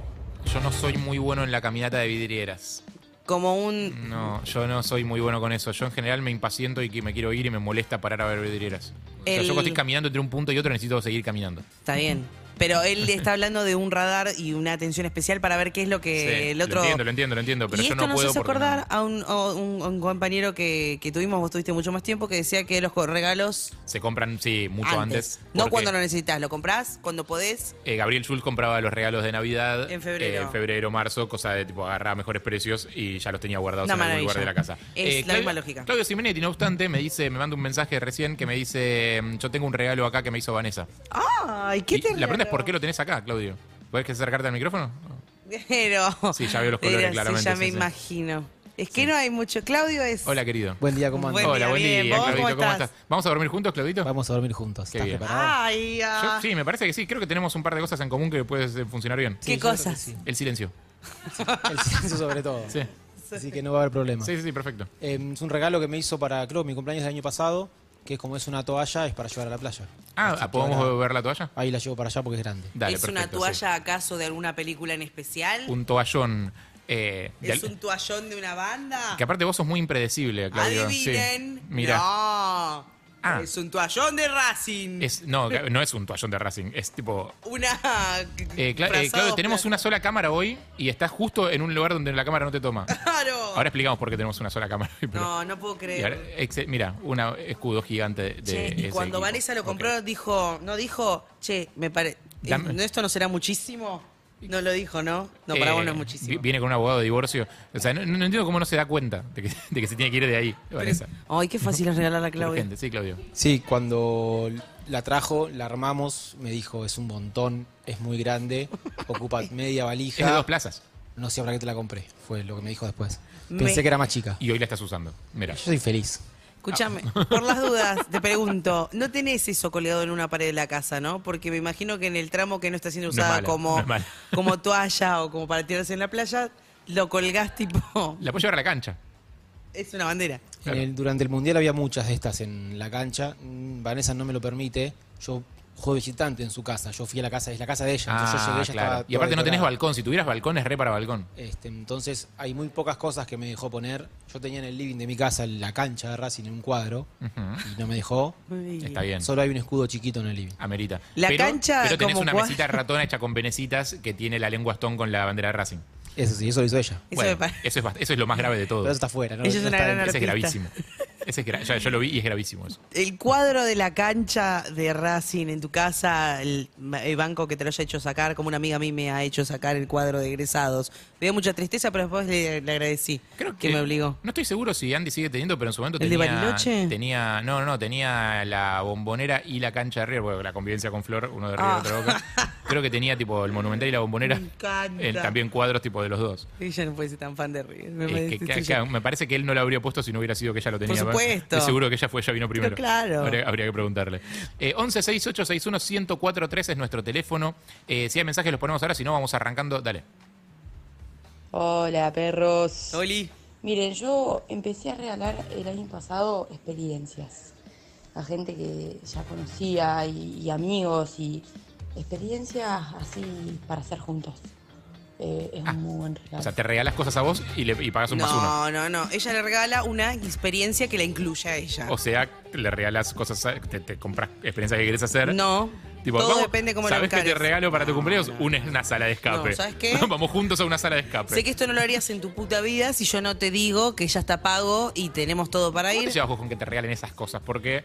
Speaker 3: yo no soy muy bueno en la caminata de vidrieras.
Speaker 4: Como un...
Speaker 3: No, yo no soy muy bueno con eso. Yo en general me impaciento y que me quiero ir y me molesta parar a ver vidrieras. O sea,
Speaker 4: El-
Speaker 3: yo cuando estoy caminando entre un punto y otro necesito seguir caminando.
Speaker 4: Está bien. Pero él está hablando de un radar y una atención especial para ver qué es lo que
Speaker 3: Sí,
Speaker 4: Eh, el otro...
Speaker 3: Lo entiendo, lo entiendo, lo entiendo, pero
Speaker 4: y
Speaker 3: yo
Speaker 4: esto
Speaker 3: no
Speaker 4: nos
Speaker 3: puedo
Speaker 4: hace
Speaker 3: porque no-
Speaker 4: acordar a un, a un- a un compañero que, que tuvimos, vos tuviste mucho más tiempo, que decía que los regalos
Speaker 3: Se compran, sí, mucho antes.
Speaker 4: No
Speaker 3: porque,
Speaker 4: cuando lo necesitas, lo compras cuando podés.
Speaker 3: eh, Gabriel Schulz compraba los regalos de Navidad
Speaker 4: En
Speaker 3: eh,
Speaker 4: febrero.
Speaker 3: en febrero, marzo, cosa de tipo agarrar mejores precios y ya los tenía guardados
Speaker 4: Una
Speaker 3: en algún lugar de la
Speaker 4: maravilla.
Speaker 3: casa. Eh,
Speaker 4: Es la
Speaker 3: Claudio-
Speaker 4: misma lógica.
Speaker 3: Claudio Simenetti, no obstante, me dice, me manda un mensaje recién que me dice: mm, Yo tengo un regalo acá que me hizo Vanessa.
Speaker 4: Ay, ¿qué
Speaker 3: Y
Speaker 4: te
Speaker 3: la pregunta es: ¿por qué lo tenés acá, Claudio? ¿Puedes que acercarte al micrófono?
Speaker 4: Pero.
Speaker 3: Sí, ya veo los colores
Speaker 4: Era, sí,
Speaker 3: claramente,
Speaker 4: ya
Speaker 3: sí,
Speaker 4: me
Speaker 3: sí.
Speaker 4: imagino. Es que no hay mucho. Claudio es.
Speaker 3: Hola, querido.
Speaker 1: Buen día, ¿cómo andas?
Speaker 4: Buen
Speaker 3: Hola,
Speaker 4: día,
Speaker 3: buen
Speaker 4: bien.
Speaker 3: día,
Speaker 4: ¿Vos
Speaker 3: Claudito,
Speaker 4: cómo
Speaker 3: ¿cómo
Speaker 4: estás?
Speaker 3: estás? ¿Vamos a dormir juntos, Claudito?
Speaker 1: Vamos a dormir juntos.
Speaker 3: Qué
Speaker 1: ¿Estás
Speaker 3: bien.
Speaker 1: preparado?
Speaker 4: Ay, ah.
Speaker 3: Yo- sí, me parece que sí. Creo que tenemos un par de cosas en común que puede eh, funcionar bien.
Speaker 4: ¿Qué
Speaker 1: yo creo que
Speaker 4: cosas?
Speaker 1: sí.
Speaker 3: El silencio.
Speaker 1: El silencio sobre todo.
Speaker 3: Sí.
Speaker 1: Así que no va a haber problema.
Speaker 3: Sí, sí, sí, perfecto.
Speaker 1: Eh, es un regalo que me hizo para, creo, mi cumpleaños del año pasado, que es como es una toalla, es para llevar a la playa.
Speaker 3: Ah,
Speaker 1: Así que
Speaker 3: ¿podemos
Speaker 1: ahora-
Speaker 3: ver la toalla?
Speaker 1: Ahí la llevo para allá porque es grande.
Speaker 3: Dale,
Speaker 4: ¿Es una
Speaker 3: perfecto, sí.
Speaker 4: toalla acaso de alguna película en especial?
Speaker 3: Un toallón. eh, de
Speaker 4: ¿Es
Speaker 3: al-
Speaker 4: un toallón de una banda?
Speaker 3: Que aparte vos sos muy impredecible, Claudio.
Speaker 4: Adivinen.
Speaker 3: Mira.
Speaker 4: No.
Speaker 3: Ah.
Speaker 4: Es un toallón de Racing.
Speaker 3: Es, no, no es un toallón de Racing. Es tipo.
Speaker 4: Una.
Speaker 3: eh, Cla- eh,
Speaker 4: frazados
Speaker 3: Claudio, tenemos
Speaker 4: pla-
Speaker 3: una sola cámara hoy y estás justo en un lugar donde la cámara no te toma.
Speaker 4: Claro.
Speaker 3: Ahora explicamos por qué tenemos una sola cámara. hoy, pero-
Speaker 4: no, no puedo
Speaker 3: Y ahora,
Speaker 4: creer.
Speaker 3: ex- mira, un escudo gigante de.
Speaker 4: Che, y
Speaker 3: ese
Speaker 4: cuando
Speaker 3: equipo.
Speaker 4: Vanessa lo
Speaker 3: Ok.
Speaker 4: compró, dijo, no dijo, che, me parece.
Speaker 3: Dame-
Speaker 4: ¿Esto no será muchísimo? No lo dijo, ¿no? No, para
Speaker 3: Eh,
Speaker 4: vos no es
Speaker 3: vi-
Speaker 4: muchísimo.
Speaker 3: Viene con un abogado de divorcio. O sea, no, no entiendo cómo no se da cuenta de que, de que se tiene que ir de ahí, Vanessa.
Speaker 4: Ay, qué fácil es regalar a Claudia.
Speaker 3: Urgente, sí, Claudio.
Speaker 1: Sí, cuando la trajo, la armamos, me dijo, es un montón, es muy grande, ocupa media
Speaker 3: Es de
Speaker 1: valija.
Speaker 3: dos plazas.
Speaker 1: No sé para qué te la compré, fue lo que me dijo después.
Speaker 4: Me-
Speaker 1: Pensé que era más chica. Yo
Speaker 3: Y hoy la estás usando. Mira.
Speaker 1: soy feliz.
Speaker 4: Escúchame,
Speaker 3: Ah.
Speaker 4: por las dudas, te pregunto, no tenés eso colgado en una pared de la casa, ¿no? Porque me imagino que en el tramo que no está siendo
Speaker 3: No es
Speaker 4: usada
Speaker 3: mala, no
Speaker 4: como,
Speaker 3: es mala.
Speaker 4: como toalla o como para tirarse en la playa, lo colgás tipo.
Speaker 3: La puedo llevar a la cancha.
Speaker 1: Ah,
Speaker 4: Es una bandera.
Speaker 3: Claro.
Speaker 1: En el- durante el Mundial había muchas de estas en la cancha. Mm, Vanessa no me lo permite. Yo juego visitante en su casa. Yo fui a la casa, es la casa de ella. entonces yo
Speaker 3: Ah,
Speaker 1: llegué, ella
Speaker 3: claro.
Speaker 1: estaba
Speaker 3: Y aparte
Speaker 1: toda
Speaker 3: no tenés
Speaker 1: decorada.
Speaker 3: balcón. Si tuvieras balcón, es re para balcón.
Speaker 1: Este, entonces hay muy pocas cosas que me dejó poner. Yo tenía en el living de mi casa la cancha de Racing en un cuadro
Speaker 3: Ujú.
Speaker 1: y no me dejó.
Speaker 4: Ay.
Speaker 3: Está bien.
Speaker 1: Solo hay un escudo chiquito en el living.
Speaker 3: Amerita.
Speaker 4: La
Speaker 3: pero,
Speaker 4: cancha,
Speaker 3: Pero tenés
Speaker 4: como
Speaker 3: una
Speaker 4: cua-
Speaker 3: mesita ratona hecha con venecitas que tiene la lengua Stone con la bandera de Racing.
Speaker 1: Eso sí, eso lo hizo ella.
Speaker 4: Eso
Speaker 3: Bueno,
Speaker 4: me parece.
Speaker 3: eso, es, bast- eso es lo más grave de todo.
Speaker 1: Pero eso está afuera. No,
Speaker 4: Ella es
Speaker 1: No
Speaker 4: una
Speaker 1: está
Speaker 4: gran
Speaker 1: dentro.
Speaker 3: Ese es
Speaker 4: artista.
Speaker 3: gravísimo. Ese es gra- yo, yo lo vi y es gravísimo eso.
Speaker 4: El cuadro de la cancha de Racing en tu casa, el, ma- el banco que te lo haya hecho sacar, como una amiga a mí me ha hecho sacar el cuadro de egresados. Me dio mucha tristeza, pero después le, le agradecí
Speaker 3: Creo
Speaker 4: que me obligó.
Speaker 3: No estoy seguro si Andy sigue teniendo, pero en su momento
Speaker 4: ¿El de
Speaker 3: tenía.
Speaker 4: Bariloche?
Speaker 3: tenía no, no, no, tenía la bombonera y la cancha de River, porque la convivencia con Flor, uno de River,
Speaker 4: Ah.
Speaker 3: otro de Boca. Creo que tenía tipo el monumental y la bombonera.
Speaker 4: Me encanta.
Speaker 3: Eh, también cuadros tipo de los dos.
Speaker 4: Ella no puede ser tan fan de River. Me
Speaker 3: Es
Speaker 4: parece
Speaker 3: que, que-
Speaker 4: tuya.
Speaker 3: que- me parece que él no la habría puesto si no hubiera sido que ella lo tenía.
Speaker 4: supuesto.
Speaker 3: Estoy seguro que ella fue, ella vino primero.
Speaker 4: claro.
Speaker 3: Habría, habría que preguntarle. Eh, 11 68 61 1043 es nuestro teléfono. Eh, si hay mensajes los ponemos ahora, si no vamos arrancando. Dale.
Speaker 7: Hola perros.
Speaker 4: Oli.
Speaker 7: Miren, yo empecé a regalar el año pasado experiencias a gente que ya conocía y, y amigos y experiencias así para hacer juntos. Eh, es
Speaker 3: Ah,
Speaker 7: un muy buen regalo.
Speaker 3: O sea, te regalas cosas a vos y, le, y pagas un más uno.
Speaker 4: No, no, no. Ella le regala una experiencia que la incluya a ella.
Speaker 3: O sea, le regalas cosas, a- te, te compras experiencias que querés hacer.
Speaker 4: no.
Speaker 3: Tipo,
Speaker 4: todo
Speaker 3: vamos,
Speaker 4: depende cómo la
Speaker 3: ¿Sabés qué te
Speaker 4: encares.
Speaker 3: regalo para tu
Speaker 4: No,
Speaker 3: cumpleaños?
Speaker 4: no.
Speaker 3: Una, una sala de escape.
Speaker 4: No, ¿sabes qué?
Speaker 3: vamos juntos a una sala de escape.
Speaker 4: Sé que esto no lo harías en tu puta vida si yo no te digo que ya está pago y tenemos todo para
Speaker 3: ¿Cómo te
Speaker 4: ir.
Speaker 3: llevas vos con que te regalen esas cosas? Porque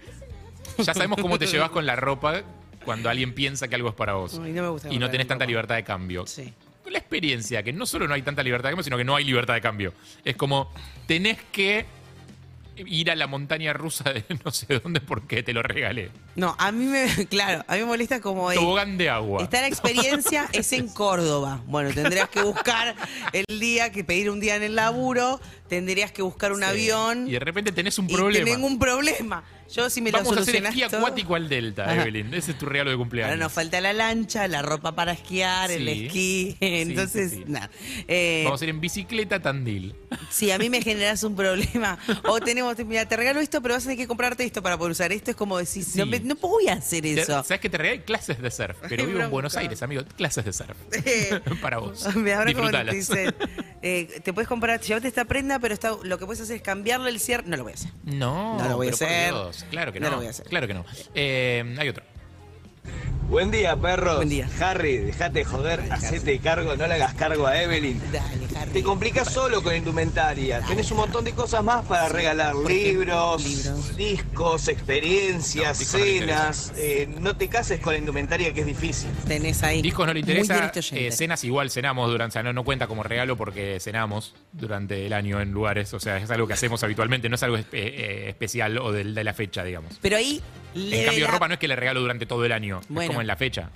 Speaker 3: ya sabemos cómo te llevas con la ropa cuando alguien piensa que algo es para vos.
Speaker 4: Ay, no me gusta
Speaker 3: y no
Speaker 4: comprar
Speaker 3: tenés
Speaker 4: mi
Speaker 3: tanta
Speaker 4: ropa.
Speaker 3: libertad de cambio.
Speaker 4: Sí.
Speaker 3: La experiencia, que no solo no hay tanta libertad de cambio, sino que no hay libertad de cambio. Es como, tenés que ir a la montaña rusa de no sé dónde porque te lo regalé.
Speaker 4: No, a mí me. Claro, a mí me molesta como. el-
Speaker 3: Tobogán de agua.
Speaker 4: Está la experiencia, es en Córdoba. Bueno, tendrías que buscar el día, que pedir un día en el laburo, tendrías que buscar un
Speaker 3: Sí.
Speaker 4: avión.
Speaker 3: Y de repente tenés un
Speaker 4: y
Speaker 3: problema.
Speaker 4: tenés un problema. Yo si me
Speaker 3: Vamos
Speaker 4: lo
Speaker 3: a hacer
Speaker 4: solucionás
Speaker 3: esquí
Speaker 4: todo-
Speaker 3: acuático al delta,
Speaker 4: Ajá.
Speaker 3: Evelyn. Ese es tu regalo de cumpleaños.
Speaker 4: Ahora nos falta la lancha, la ropa para esquiar, el
Speaker 3: Sí.
Speaker 4: esquí. Entonces,
Speaker 3: sí, sí.
Speaker 4: nada. Eh,
Speaker 3: Vamos a ir en bicicleta a Tandil.
Speaker 4: si a mí me generas un problema, o tenemos, mira, te regalo esto, pero vas a tener que comprarte esto para poder usar esto, es como decir,
Speaker 3: Sí.
Speaker 4: no, me- no voy a hacer
Speaker 3: Te-
Speaker 4: eso.
Speaker 3: ¿Sabes que te regalé clases de surf? Pero
Speaker 4: Ay,
Speaker 3: vivo en
Speaker 4: bronca.
Speaker 3: Buenos Aires, amigo. Clases de surf.
Speaker 4: Eh,
Speaker 3: Para vos.
Speaker 4: Ahora como te
Speaker 3: Disfrutalas.
Speaker 4: dicen, eh, te puedes comprar, llévate esta prenda, pero está, lo que puedes hacer es cambiarle el cierre. No lo voy a hacer.
Speaker 3: No,
Speaker 4: No lo voy a
Speaker 3: pero por
Speaker 4: hacer.
Speaker 3: Dios, claro que no.
Speaker 4: No lo voy a hacer.
Speaker 3: Claro que no. Eh, hay otro.
Speaker 8: Buen día, perros.
Speaker 4: Buen día.
Speaker 8: Harry, dejate joder, hacete cargo, no le hagas cargo a Evelyn.
Speaker 4: Dale, Harry.
Speaker 8: Te complicas solo con indumentaria. Tenés un montón de cosas más para regalar.
Speaker 4: por ejemplo,
Speaker 8: Libros,
Speaker 4: libros.
Speaker 8: discos, experiencias,
Speaker 3: No, discos no le
Speaker 8: cenas. Eh, no te cases con la indumentaria que es difícil.
Speaker 4: Tenés ahí.
Speaker 3: Discos no le
Speaker 4: Muy
Speaker 3: interesa.
Speaker 4: directo oyente.
Speaker 3: eh, cenas igual cenamos durante. O sea, no, no cuenta como regalo porque cenamos durante el año en lugares. O sea, es algo que hacemos habitualmente. No es algo espe- eh, especial o del- de la fecha, digamos.
Speaker 4: pero ahí.
Speaker 3: En
Speaker 4: level
Speaker 3: cambio,
Speaker 4: up.
Speaker 3: ropa no es que le regalo durante todo el año. Es
Speaker 4: Bueno.
Speaker 3: como en la fecha.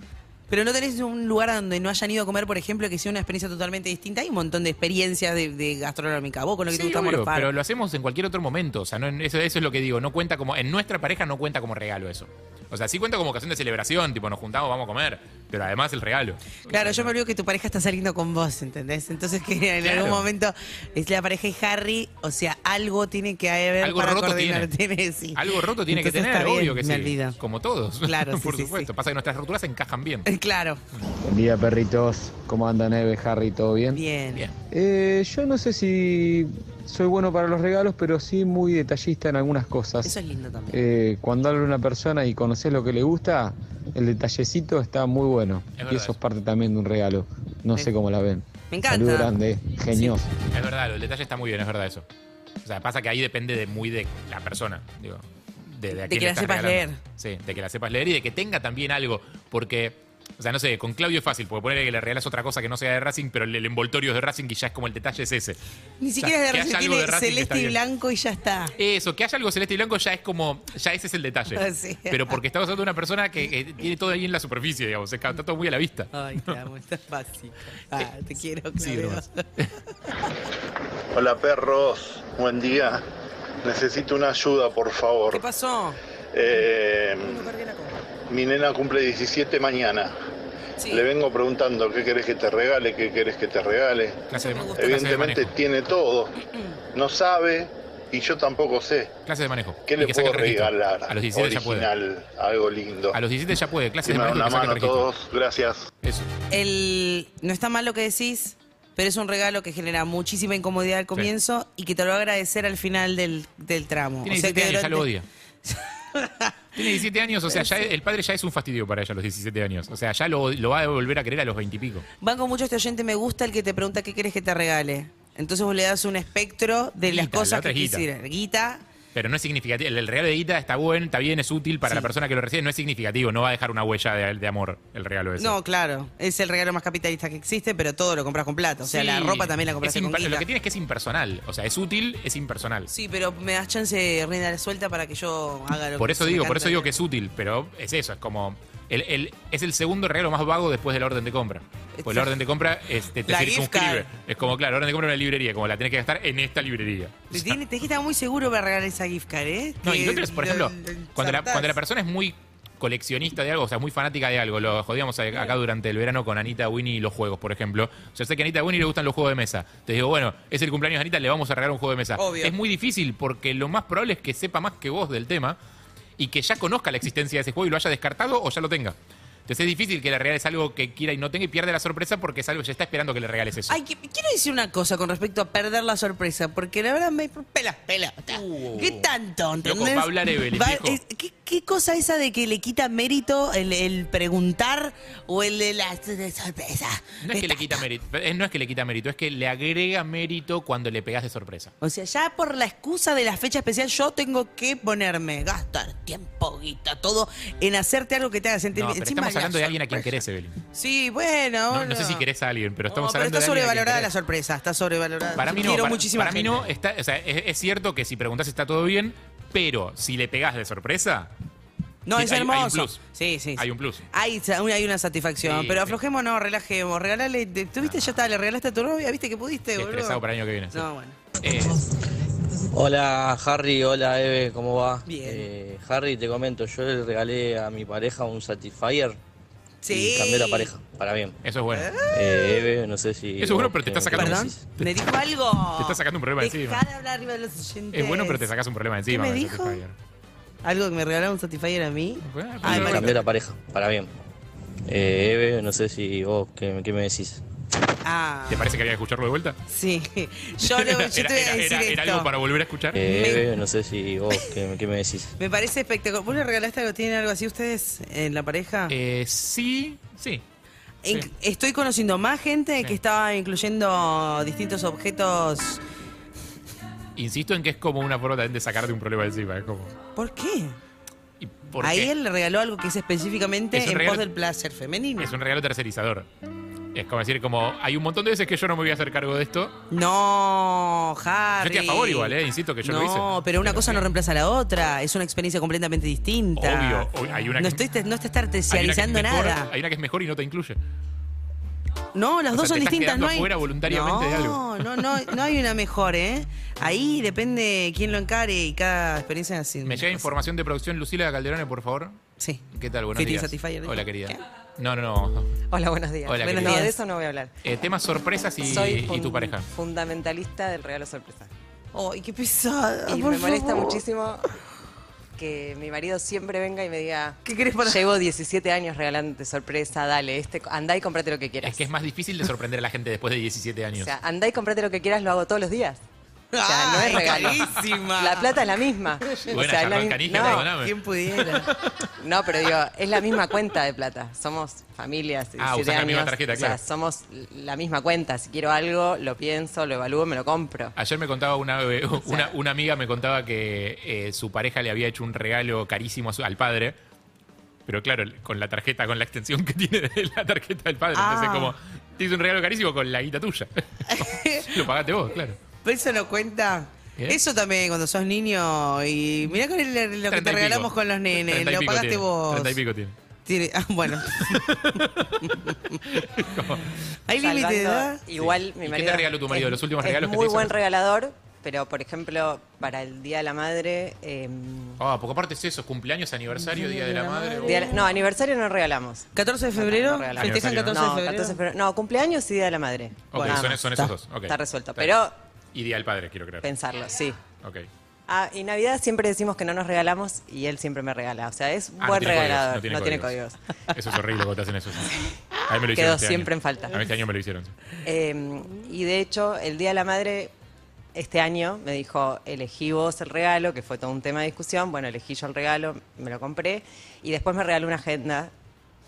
Speaker 4: Pero no tenés un lugar donde no hayan ido a comer, por ejemplo, que sea una experiencia totalmente distinta. Hay un montón de experiencias de, de gastronómica. Vos con lo que te
Speaker 3: Sí,
Speaker 4: gusta
Speaker 3: obvio,
Speaker 4: morfar.
Speaker 3: pero lo hacemos en cualquier otro momento. O sea, no, en- eso, eso es lo que digo. No cuenta como. En nuestra pareja no cuenta como regalo eso. O sea, sí cuenta como ocasión de celebración, tipo, nos juntamos, vamos a comer. Pero además el regalo.
Speaker 4: Claro, yo me olvido que tu pareja está saliendo con vos, ¿entendés? Entonces que en
Speaker 3: Claro.
Speaker 4: algún momento es la pareja y Harry, o sea, algo tiene que haber
Speaker 3: Algo
Speaker 4: para
Speaker 3: roto
Speaker 4: coordinar.
Speaker 3: tiene.
Speaker 4: sí.
Speaker 3: Algo roto tiene
Speaker 4: Entonces
Speaker 3: que tener,
Speaker 4: está bien,
Speaker 3: obvio que sí.
Speaker 4: Me olvido.
Speaker 3: Como todos.
Speaker 4: Claro, sí,
Speaker 3: Por
Speaker 4: sí,
Speaker 3: supuesto.
Speaker 4: sí.
Speaker 3: Pasa que nuestras roturas encajan bien.
Speaker 4: Eh, Claro,
Speaker 9: Buen día, perritos. ¿Cómo andan, Eve, Harry? ¿Todo bien?
Speaker 4: bien.
Speaker 3: Bien.
Speaker 9: Eh, yo no sé si soy bueno para los regalos, pero sí muy detallista en algunas cosas.
Speaker 4: Eso es lindo también.
Speaker 9: Eh, cuando habla una persona y conoces lo que le gusta, el detallecito está muy bueno.
Speaker 3: Es verdad
Speaker 9: y eso
Speaker 3: eso.
Speaker 9: es parte también de un regalo. No
Speaker 4: Sí.
Speaker 9: sé cómo la ven.
Speaker 4: Me encanta.
Speaker 9: Saludo grande, genio.
Speaker 3: Es verdad, el detalle está muy bien, es verdad eso. O sea, pasa que ahí depende de muy de la persona, digo. De, a
Speaker 4: De
Speaker 3: quién
Speaker 4: que
Speaker 3: le
Speaker 4: la
Speaker 3: estás
Speaker 4: sepas
Speaker 3: regalando.
Speaker 4: leer.
Speaker 3: Sí, de que la sepas leer y de que tenga también algo. Porque O sea, no sé, con Claudio es fácil, porque ponerle que le regalas otra cosa que no sea de Racing, pero el, el envoltorio es de Racing y ya es como el detalle es ese.
Speaker 4: Ni
Speaker 3: O sea,
Speaker 4: siquiera es
Speaker 3: que
Speaker 4: de
Speaker 3: haya
Speaker 4: Racing,
Speaker 3: algo
Speaker 4: tiene
Speaker 3: de Racing que está
Speaker 4: celeste y
Speaker 3: bien.
Speaker 4: blanco y ya está.
Speaker 3: Eso, que haya algo celeste y blanco ya es como, ya ese es el detalle.
Speaker 4: Sí.
Speaker 3: Pero porque estamos hablando de una persona que, que tiene todo ahí en la superficie, digamos, está está todo muy a la vista.
Speaker 4: Ay, te amo, estás fácil. Ah, te quiero,
Speaker 3: Sí,
Speaker 4: Claudio.
Speaker 3: drogas.
Speaker 10: Hola perros, buen día. Necesito una ayuda, por
Speaker 4: ¿Qué
Speaker 10: favor.
Speaker 4: pasó?
Speaker 10: Eh,
Speaker 4: No perdí la copa.
Speaker 10: mi nena cumple 17 mañana.
Speaker 4: Sí,
Speaker 10: Le vengo preguntando qué querés que te regale, qué querés que te regale.
Speaker 3: Clase de,
Speaker 4: me gusta.
Speaker 3: clase de
Speaker 10: Evidentemente
Speaker 3: manejo.
Speaker 10: tiene todo. No sabe y yo tampoco sé.
Speaker 3: Clase de manejo.
Speaker 10: ¿Qué
Speaker 3: Hay
Speaker 10: le
Speaker 3: que saque
Speaker 10: puedo
Speaker 3: el registro.
Speaker 10: regalar?
Speaker 3: A los 17 ya puede.
Speaker 10: original, algo lindo.
Speaker 3: A los 17 ya puede, clase de
Speaker 10: Dime
Speaker 3: manejo y
Speaker 10: una
Speaker 3: que saque el
Speaker 10: mano a
Speaker 3: registro.
Speaker 10: todos, gracias.
Speaker 3: Eso.
Speaker 4: el- no está mal lo que decís, pero es un regalo que genera muchísima incomodidad al comienzo y que te lo va a agradecer al final del, del tramo.
Speaker 3: Tiene
Speaker 4: O sea
Speaker 3: 17
Speaker 4: que
Speaker 3: años, ya lo
Speaker 4: durante-
Speaker 3: odia. Tiene 17 años, o sea, ya el padre ya es un fastidio para ella a los 17 años. O sea, ya lo, lo va a volver a querer a los 20 y pico.
Speaker 4: Van con mucho este oyente me gusta el que te pregunta qué quieres que te regale. Entonces vos le das un espectro de las
Speaker 3: Guita, la
Speaker 4: cosas
Speaker 3: otra
Speaker 4: que
Speaker 3: es guita.
Speaker 4: quisieras. Guita,
Speaker 3: Pero no es significativo. El, el regalo de guita está bueno, está bien, es útil para la persona que lo recibe. No es significativo, no va a dejar una huella de, de amor el regalo ese.
Speaker 4: no, claro, es el regalo más capitalista que existe, pero todo lo compras con plata. O sea,
Speaker 3: Sí.
Speaker 4: la ropa también la compras
Speaker 3: Es
Speaker 4: con
Speaker 3: imper-
Speaker 4: guita.
Speaker 3: Lo que tiene es que es impersonal. O sea, es útil, es impersonal.
Speaker 4: Sí, pero me das chance de rienda suelta para que yo haga lo
Speaker 3: Por
Speaker 4: que
Speaker 3: eso
Speaker 4: se me
Speaker 3: digo, por
Speaker 4: canta.
Speaker 3: eso digo que es útil, pero es eso, es como. El, el- es el segundo regalo más vago después de la orden de compra. Pues la orden de compra este, te
Speaker 4: La gift
Speaker 3: circunscribe.
Speaker 4: card.
Speaker 3: Es como, claro, la orden de compra en una librería, como la tenés que gastar en esta librería.
Speaker 4: Te, tiene- tenés que estar muy seguro para regalar esa gift card, ¿eh?
Speaker 3: No, y
Speaker 4: Que
Speaker 3: nosotros, por
Speaker 4: lo-
Speaker 3: ejemplo,
Speaker 4: lo
Speaker 3: cuando la,
Speaker 4: saltás.
Speaker 3: cuando la persona es muy coleccionista de algo, o sea, muy fanática de algo, lo jodíamos a- acá durante el verano con Anita Winnie y los juegos, por ejemplo. Yo sé que a Anita Winnie le gustan los juegos de mesa. Te digo, bueno, es el cumpleaños de Anita, le vamos a regalar un juego de mesa.
Speaker 4: Obvio.
Speaker 3: Es muy difícil porque lo más probable es que sepa más que vos del tema y que ya conozca la existencia de ese juego y lo haya descartado o ya lo tenga. Entonces es difícil que le regales algo que quiera y no tenga y pierde la sorpresa porque es algo que ya está esperando que le regales eso.
Speaker 4: Ay, que- quiero decir una cosa con respecto a perder la sorpresa, porque la verdad me pelas pelota. ¿Qué tanto? ¿Entendés?
Speaker 3: Uh. Loco, va a hablar Evelyn, viejo.
Speaker 4: es- ¿qué, qué cosa esa de que le quita mérito el, el preguntar o el de la de sorpresa?
Speaker 3: No es
Speaker 4: Me
Speaker 3: que le
Speaker 4: tanto.
Speaker 3: quita mérito, eh, no es que le quita mérito, es que le agrega mérito cuando le pegas de sorpresa.
Speaker 4: O sea, ya por la excusa de la fecha especial, yo tengo que ponerme, gastar tiempo, guita, todo, en hacerte algo que te haga sentir
Speaker 3: No,
Speaker 4: bien.
Speaker 3: pero
Speaker 4: Encima
Speaker 3: estamos
Speaker 4: la
Speaker 3: hablando de alguien a quien
Speaker 4: sorpresa.
Speaker 3: querés, Evelyn.
Speaker 4: Sí, bueno.
Speaker 3: No,
Speaker 4: bueno.
Speaker 3: no sé si querés a alguien, pero estamos
Speaker 4: No, pero
Speaker 3: hablando
Speaker 4: está
Speaker 3: de alguien a quien
Speaker 4: sobrevalorada la
Speaker 3: querés.
Speaker 4: sorpresa, está sobrevalorada.
Speaker 3: Para
Speaker 4: Yo
Speaker 3: mí no,
Speaker 4: quiero
Speaker 3: para,
Speaker 4: muchísima
Speaker 3: para mí
Speaker 4: gente.
Speaker 3: no, está, o sea, es, es cierto que si preguntás está todo bien, pero si le pegás de sorpresa,
Speaker 4: No,
Speaker 3: Sí,
Speaker 4: es
Speaker 3: hay- hay un
Speaker 4: hermoso.
Speaker 3: plus.
Speaker 4: Sí, sí. sí.
Speaker 3: hay un plus.
Speaker 4: Hay, sa- una- hay una satisfacción,
Speaker 3: Sí,
Speaker 4: pero
Speaker 3: sí.
Speaker 4: aflojémonos, relajemos, regalale, de- tuviste ya está, le regalaste a tu novia, viste que pudiste,
Speaker 3: Estoy
Speaker 4: boludo.
Speaker 3: estresado para el año que viene. sí.
Speaker 4: No, bueno.
Speaker 3: Eh,
Speaker 6: Hola Harry, hola Eve, ¿cómo va?
Speaker 4: Bien.
Speaker 6: Eh, Harry, te comento, yo le regalé a mi pareja un Satisfyer
Speaker 4: Sí.
Speaker 6: y cambié la pareja, para bien.
Speaker 3: eso es bueno.
Speaker 6: Eh, Eve, no sé si...
Speaker 3: Eso es bueno, pero te está sacando
Speaker 6: ¿qué me
Speaker 3: un-
Speaker 4: Perdón,
Speaker 6: decís?
Speaker 4: me dijo algo.
Speaker 3: Te está sacando un problema
Speaker 4: Dejá
Speaker 3: encima.
Speaker 4: de hablar arriba de los oyentes.
Speaker 3: Es bueno, pero te sacás un problema encima.
Speaker 4: me
Speaker 3: con el
Speaker 4: dijo?
Speaker 3: Satisfyer.
Speaker 4: Algo que me regalaron un Satisfyer a mí.
Speaker 3: Bueno,
Speaker 4: Ay,
Speaker 6: Y
Speaker 3: bueno.
Speaker 6: me
Speaker 4: bueno.
Speaker 6: cambié la pareja, para bien. Eh, Eve, no sé si vos, ¿qué, qué me decís?
Speaker 4: Ah.
Speaker 3: ¿Te parece que había que escucharlo de vuelta?
Speaker 4: Sí. Yo, le,
Speaker 3: Era-
Speaker 4: yo te voy a
Speaker 3: era-
Speaker 4: decir
Speaker 3: era-
Speaker 4: esto.
Speaker 3: era algo para volver a escuchar?
Speaker 6: Eh,
Speaker 4: Me-
Speaker 6: Eve, no sé si vos, ¿qué, qué me decís?
Speaker 4: Me parece espectacular. ¿Vos le regalaste algo? ¿Tienen algo así ustedes en la pareja?
Speaker 3: Eh, sí, sí.
Speaker 4: Inc-
Speaker 3: Sí.
Speaker 4: Estoy conociendo más gente que
Speaker 3: Sí.
Speaker 4: estaba incluyendo distintos objetos.
Speaker 3: Insisto en que es como una forma también de sacarte un problema encima. Es como.
Speaker 4: ¿Por qué?
Speaker 3: ¿y por
Speaker 4: A
Speaker 3: qué?
Speaker 4: él le regaló algo que es específicamente
Speaker 3: Es un
Speaker 4: en
Speaker 3: regalo-
Speaker 4: pos del placer femenino.
Speaker 3: Es un regalo tercerizador. Es como decir, como hay un montón de veces que yo no me voy a hacer cargo de esto.
Speaker 4: No, Harry.
Speaker 3: Yo estoy a favor igual, eh, insisto que yo
Speaker 4: no,
Speaker 3: lo hice.
Speaker 4: pero una
Speaker 3: Pero
Speaker 4: cosa
Speaker 3: sí.
Speaker 4: no reemplaza a la otra. Es una experiencia completamente distinta.
Speaker 3: Obvio, obvio, hay una
Speaker 4: no,
Speaker 3: que-
Speaker 4: estoy, te- no estás
Speaker 3: Hay una que es
Speaker 4: terciarizando
Speaker 3: mejor-
Speaker 4: nada.
Speaker 3: Hay una que es mejor y no te incluye.
Speaker 4: No, las
Speaker 3: O
Speaker 4: dos
Speaker 3: sea,
Speaker 4: son
Speaker 3: te estás
Speaker 4: distintas.
Speaker 3: quedando
Speaker 4: No hay...
Speaker 3: afuera voluntariamente
Speaker 4: no,
Speaker 3: de algo.
Speaker 4: No, no, no hay una mejor, ¿eh? Ahí depende quién lo encare y cada experiencia es así.
Speaker 3: Me llega información de producción. Lucila Calderone, por favor.
Speaker 4: Sí.
Speaker 3: ¿Qué tal? Buenos
Speaker 4: Fitting
Speaker 3: días.
Speaker 4: Satisfyer, ¿no?
Speaker 3: Hola, querida. No, no, no.
Speaker 11: Hola, buenos días.
Speaker 3: Hola,
Speaker 11: bueno,
Speaker 3: querida.
Speaker 11: no, de eso no voy a hablar.
Speaker 3: Eh, temas sorpresas y,
Speaker 11: Soy
Speaker 3: y tu
Speaker 11: fun-
Speaker 3: pareja.
Speaker 11: fundamentalista del regalo sorpresa.
Speaker 4: Ay, qué
Speaker 7: Ah,
Speaker 4: pesada.
Speaker 11: Y
Speaker 4: por
Speaker 11: me molesta
Speaker 4: favor.
Speaker 11: muchísimo que mi marido siempre venga y me diga,
Speaker 4: ¿Qué querés para
Speaker 11: llevo 17 años regalándote sorpresa, dale, este, andá y comprate lo que quieras.
Speaker 3: Es que es más difícil de sorprender a la gente después de 17
Speaker 11: O
Speaker 3: años.
Speaker 11: sea, andá y comprate lo que quieras, lo hago todos los días. O sea, no es
Speaker 4: Ay,
Speaker 11: regalo.
Speaker 4: carísima.
Speaker 11: La plata es la misma.
Speaker 3: Buena,
Speaker 11: es la
Speaker 3: Charlotte
Speaker 11: mi-
Speaker 3: Canija,
Speaker 11: no,
Speaker 3: perdóname.
Speaker 4: ¿Quién pudiera?
Speaker 11: No, pero digo, es la misma cuenta de plata. Somos familias,
Speaker 3: Ah,
Speaker 11: 17
Speaker 3: usás la
Speaker 11: años.
Speaker 3: misma tarjeta,
Speaker 11: o sea,
Speaker 3: claro.
Speaker 11: somos la misma cuenta. Si quiero algo, lo pienso, lo evalúo, me lo compro.
Speaker 3: Ayer me contaba una, eh, una,
Speaker 11: sea-
Speaker 3: una amiga me contaba que eh, su pareja le había hecho un regalo carísimo a su- al padre, Pero claro, con la tarjeta, con la extensión que tiene de la tarjeta del padre.
Speaker 5: Ah.
Speaker 3: Entonces, como, te hice un regalo carísimo con la guita tuya. Lo pagaste vos, claro.
Speaker 5: Pero eso no cuenta.
Speaker 3: ¿Qué?
Speaker 5: Eso también cuando sos niño y mirá con el- lo que
Speaker 3: Treinta
Speaker 5: te
Speaker 3: y
Speaker 5: regalamos
Speaker 3: pico.
Speaker 5: con los nenes,
Speaker 3: Treinta y
Speaker 5: lo
Speaker 3: pico
Speaker 5: pagaste
Speaker 3: tiene,
Speaker 5: vos.
Speaker 3: Treinta y pico tiene.
Speaker 5: Tiene- ah, bueno. ¿Hay
Speaker 4: Salvando-
Speaker 5: límite de edad?
Speaker 4: Igual
Speaker 3: ¿Y qué
Speaker 4: mi
Speaker 3: te
Speaker 4: marido.
Speaker 3: regaló tu marido?
Speaker 4: es-
Speaker 3: ¿Los últimos regalos
Speaker 4: es
Speaker 3: que te
Speaker 4: Muy
Speaker 3: hizo?
Speaker 4: buen regalador, pero por ejemplo, para el Día de la Madre. eh,
Speaker 11: em,
Speaker 3: Ah, porque aparte es eso, cumpleaños, aniversario, Día de la Madre.
Speaker 4: Día de la- no, aniversario no regalamos.
Speaker 5: 14 de febrero,
Speaker 4: regalamos.
Speaker 5: festejan 14 de
Speaker 4: No,
Speaker 5: febrero.
Speaker 4: 14 de febrero. No, cumpleaños y Día de la Madre.
Speaker 3: Ok,
Speaker 4: Nada
Speaker 3: son,
Speaker 4: más.
Speaker 3: son esos dos. ok.
Speaker 4: Está resuelto.
Speaker 3: bien.
Speaker 4: Pero
Speaker 3: Y Día del Padre, quiero creer.
Speaker 4: pensarlo, sí.
Speaker 3: Ok.
Speaker 4: Ah, y Navidad siempre decimos que no nos regalamos y él siempre me regala. O sea, es
Speaker 3: Ah, no
Speaker 4: buen
Speaker 3: tiene códigos,
Speaker 4: regalador.
Speaker 3: no tiene códigos.
Speaker 4: códigos.
Speaker 3: Eso es horrible cuando te hacen eso. sí. A mí me lo hicieron.
Speaker 4: Quedó
Speaker 3: este
Speaker 4: siempre
Speaker 3: año.
Speaker 4: en falta.
Speaker 3: A mí este año me lo hicieron. sí.
Speaker 4: Eh, y de hecho, el Día de la Madre, este año, me dijo, elegí vos el regalo, que fue todo un tema de discusión. Bueno, elegí yo el regalo, me lo compré. Y después me regaló una agenda,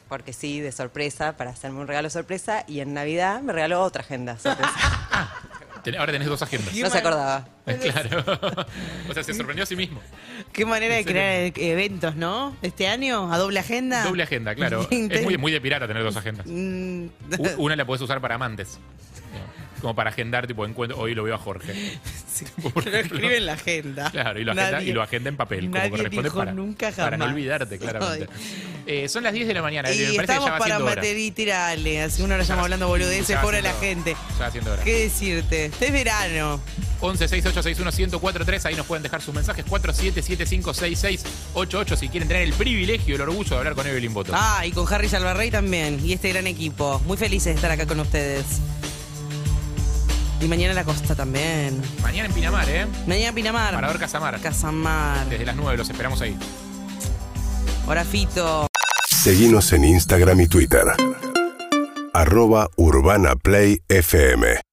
Speaker 4: porque sí, de sorpresa, para hacerme un regalo sorpresa. Y en Navidad me regaló otra agenda sorpresa.
Speaker 3: Ten- Ahora tenés dos agendas.
Speaker 4: no se acordaba.
Speaker 3: Claro. o sea, se sorprendió a sí mismo.
Speaker 5: Qué manera de
Speaker 3: En serio.
Speaker 5: crear eh, eventos, ¿no? Este año, a doble agenda.
Speaker 3: Doble agenda, claro. es muy, muy de pirata tener dos agendas.
Speaker 5: Mm,
Speaker 3: U- Una la podés usar para amantes. Como para agendar, tipo, encuentro. Hoy lo veo a Jorge. Por
Speaker 5: Pero
Speaker 3: ejemplo.
Speaker 5: escribe en la agenda.
Speaker 3: Claro, y lo, agenda,
Speaker 5: Nadie-
Speaker 3: y lo agenda en papel, como
Speaker 5: nadie
Speaker 3: corresponde
Speaker 5: dijo
Speaker 3: para,
Speaker 5: nunca
Speaker 3: para no
Speaker 5: jamás.
Speaker 3: olvidarte, claramente. Eh, son las 10 de la mañana, me
Speaker 5: Y
Speaker 3: parece que
Speaker 5: estamos
Speaker 3: ya va
Speaker 5: para
Speaker 3: siendo hora.
Speaker 5: meter y tirarle. Hace una hora estamos hablando boludeces,
Speaker 3: Ya va
Speaker 5: pobre la
Speaker 3: siendo-
Speaker 5: gente.
Speaker 3: Ya va siendo hora.
Speaker 5: ¿Qué decirte? Este es verano.
Speaker 3: 11 6861 1043 ahí nos pueden dejar sus mensajes. 47756688 si quieren tener el privilegio y el orgullo de hablar con Evelyn Boto.
Speaker 5: Ah, y con Harry Salvarrey también. Y este gran equipo. Muy felices de estar acá con ustedes. Y mañana en la costa también.
Speaker 3: Mañana en Pinamar, ¿eh?
Speaker 5: Mañana Pinamar.
Speaker 3: Parador Casamar.
Speaker 5: Casamar.
Speaker 3: Desde las 9 los esperamos ahí.
Speaker 5: Ahora Fito.
Speaker 12: Seguinos en Instagram y Twitter. Arroba Urbana Play FM.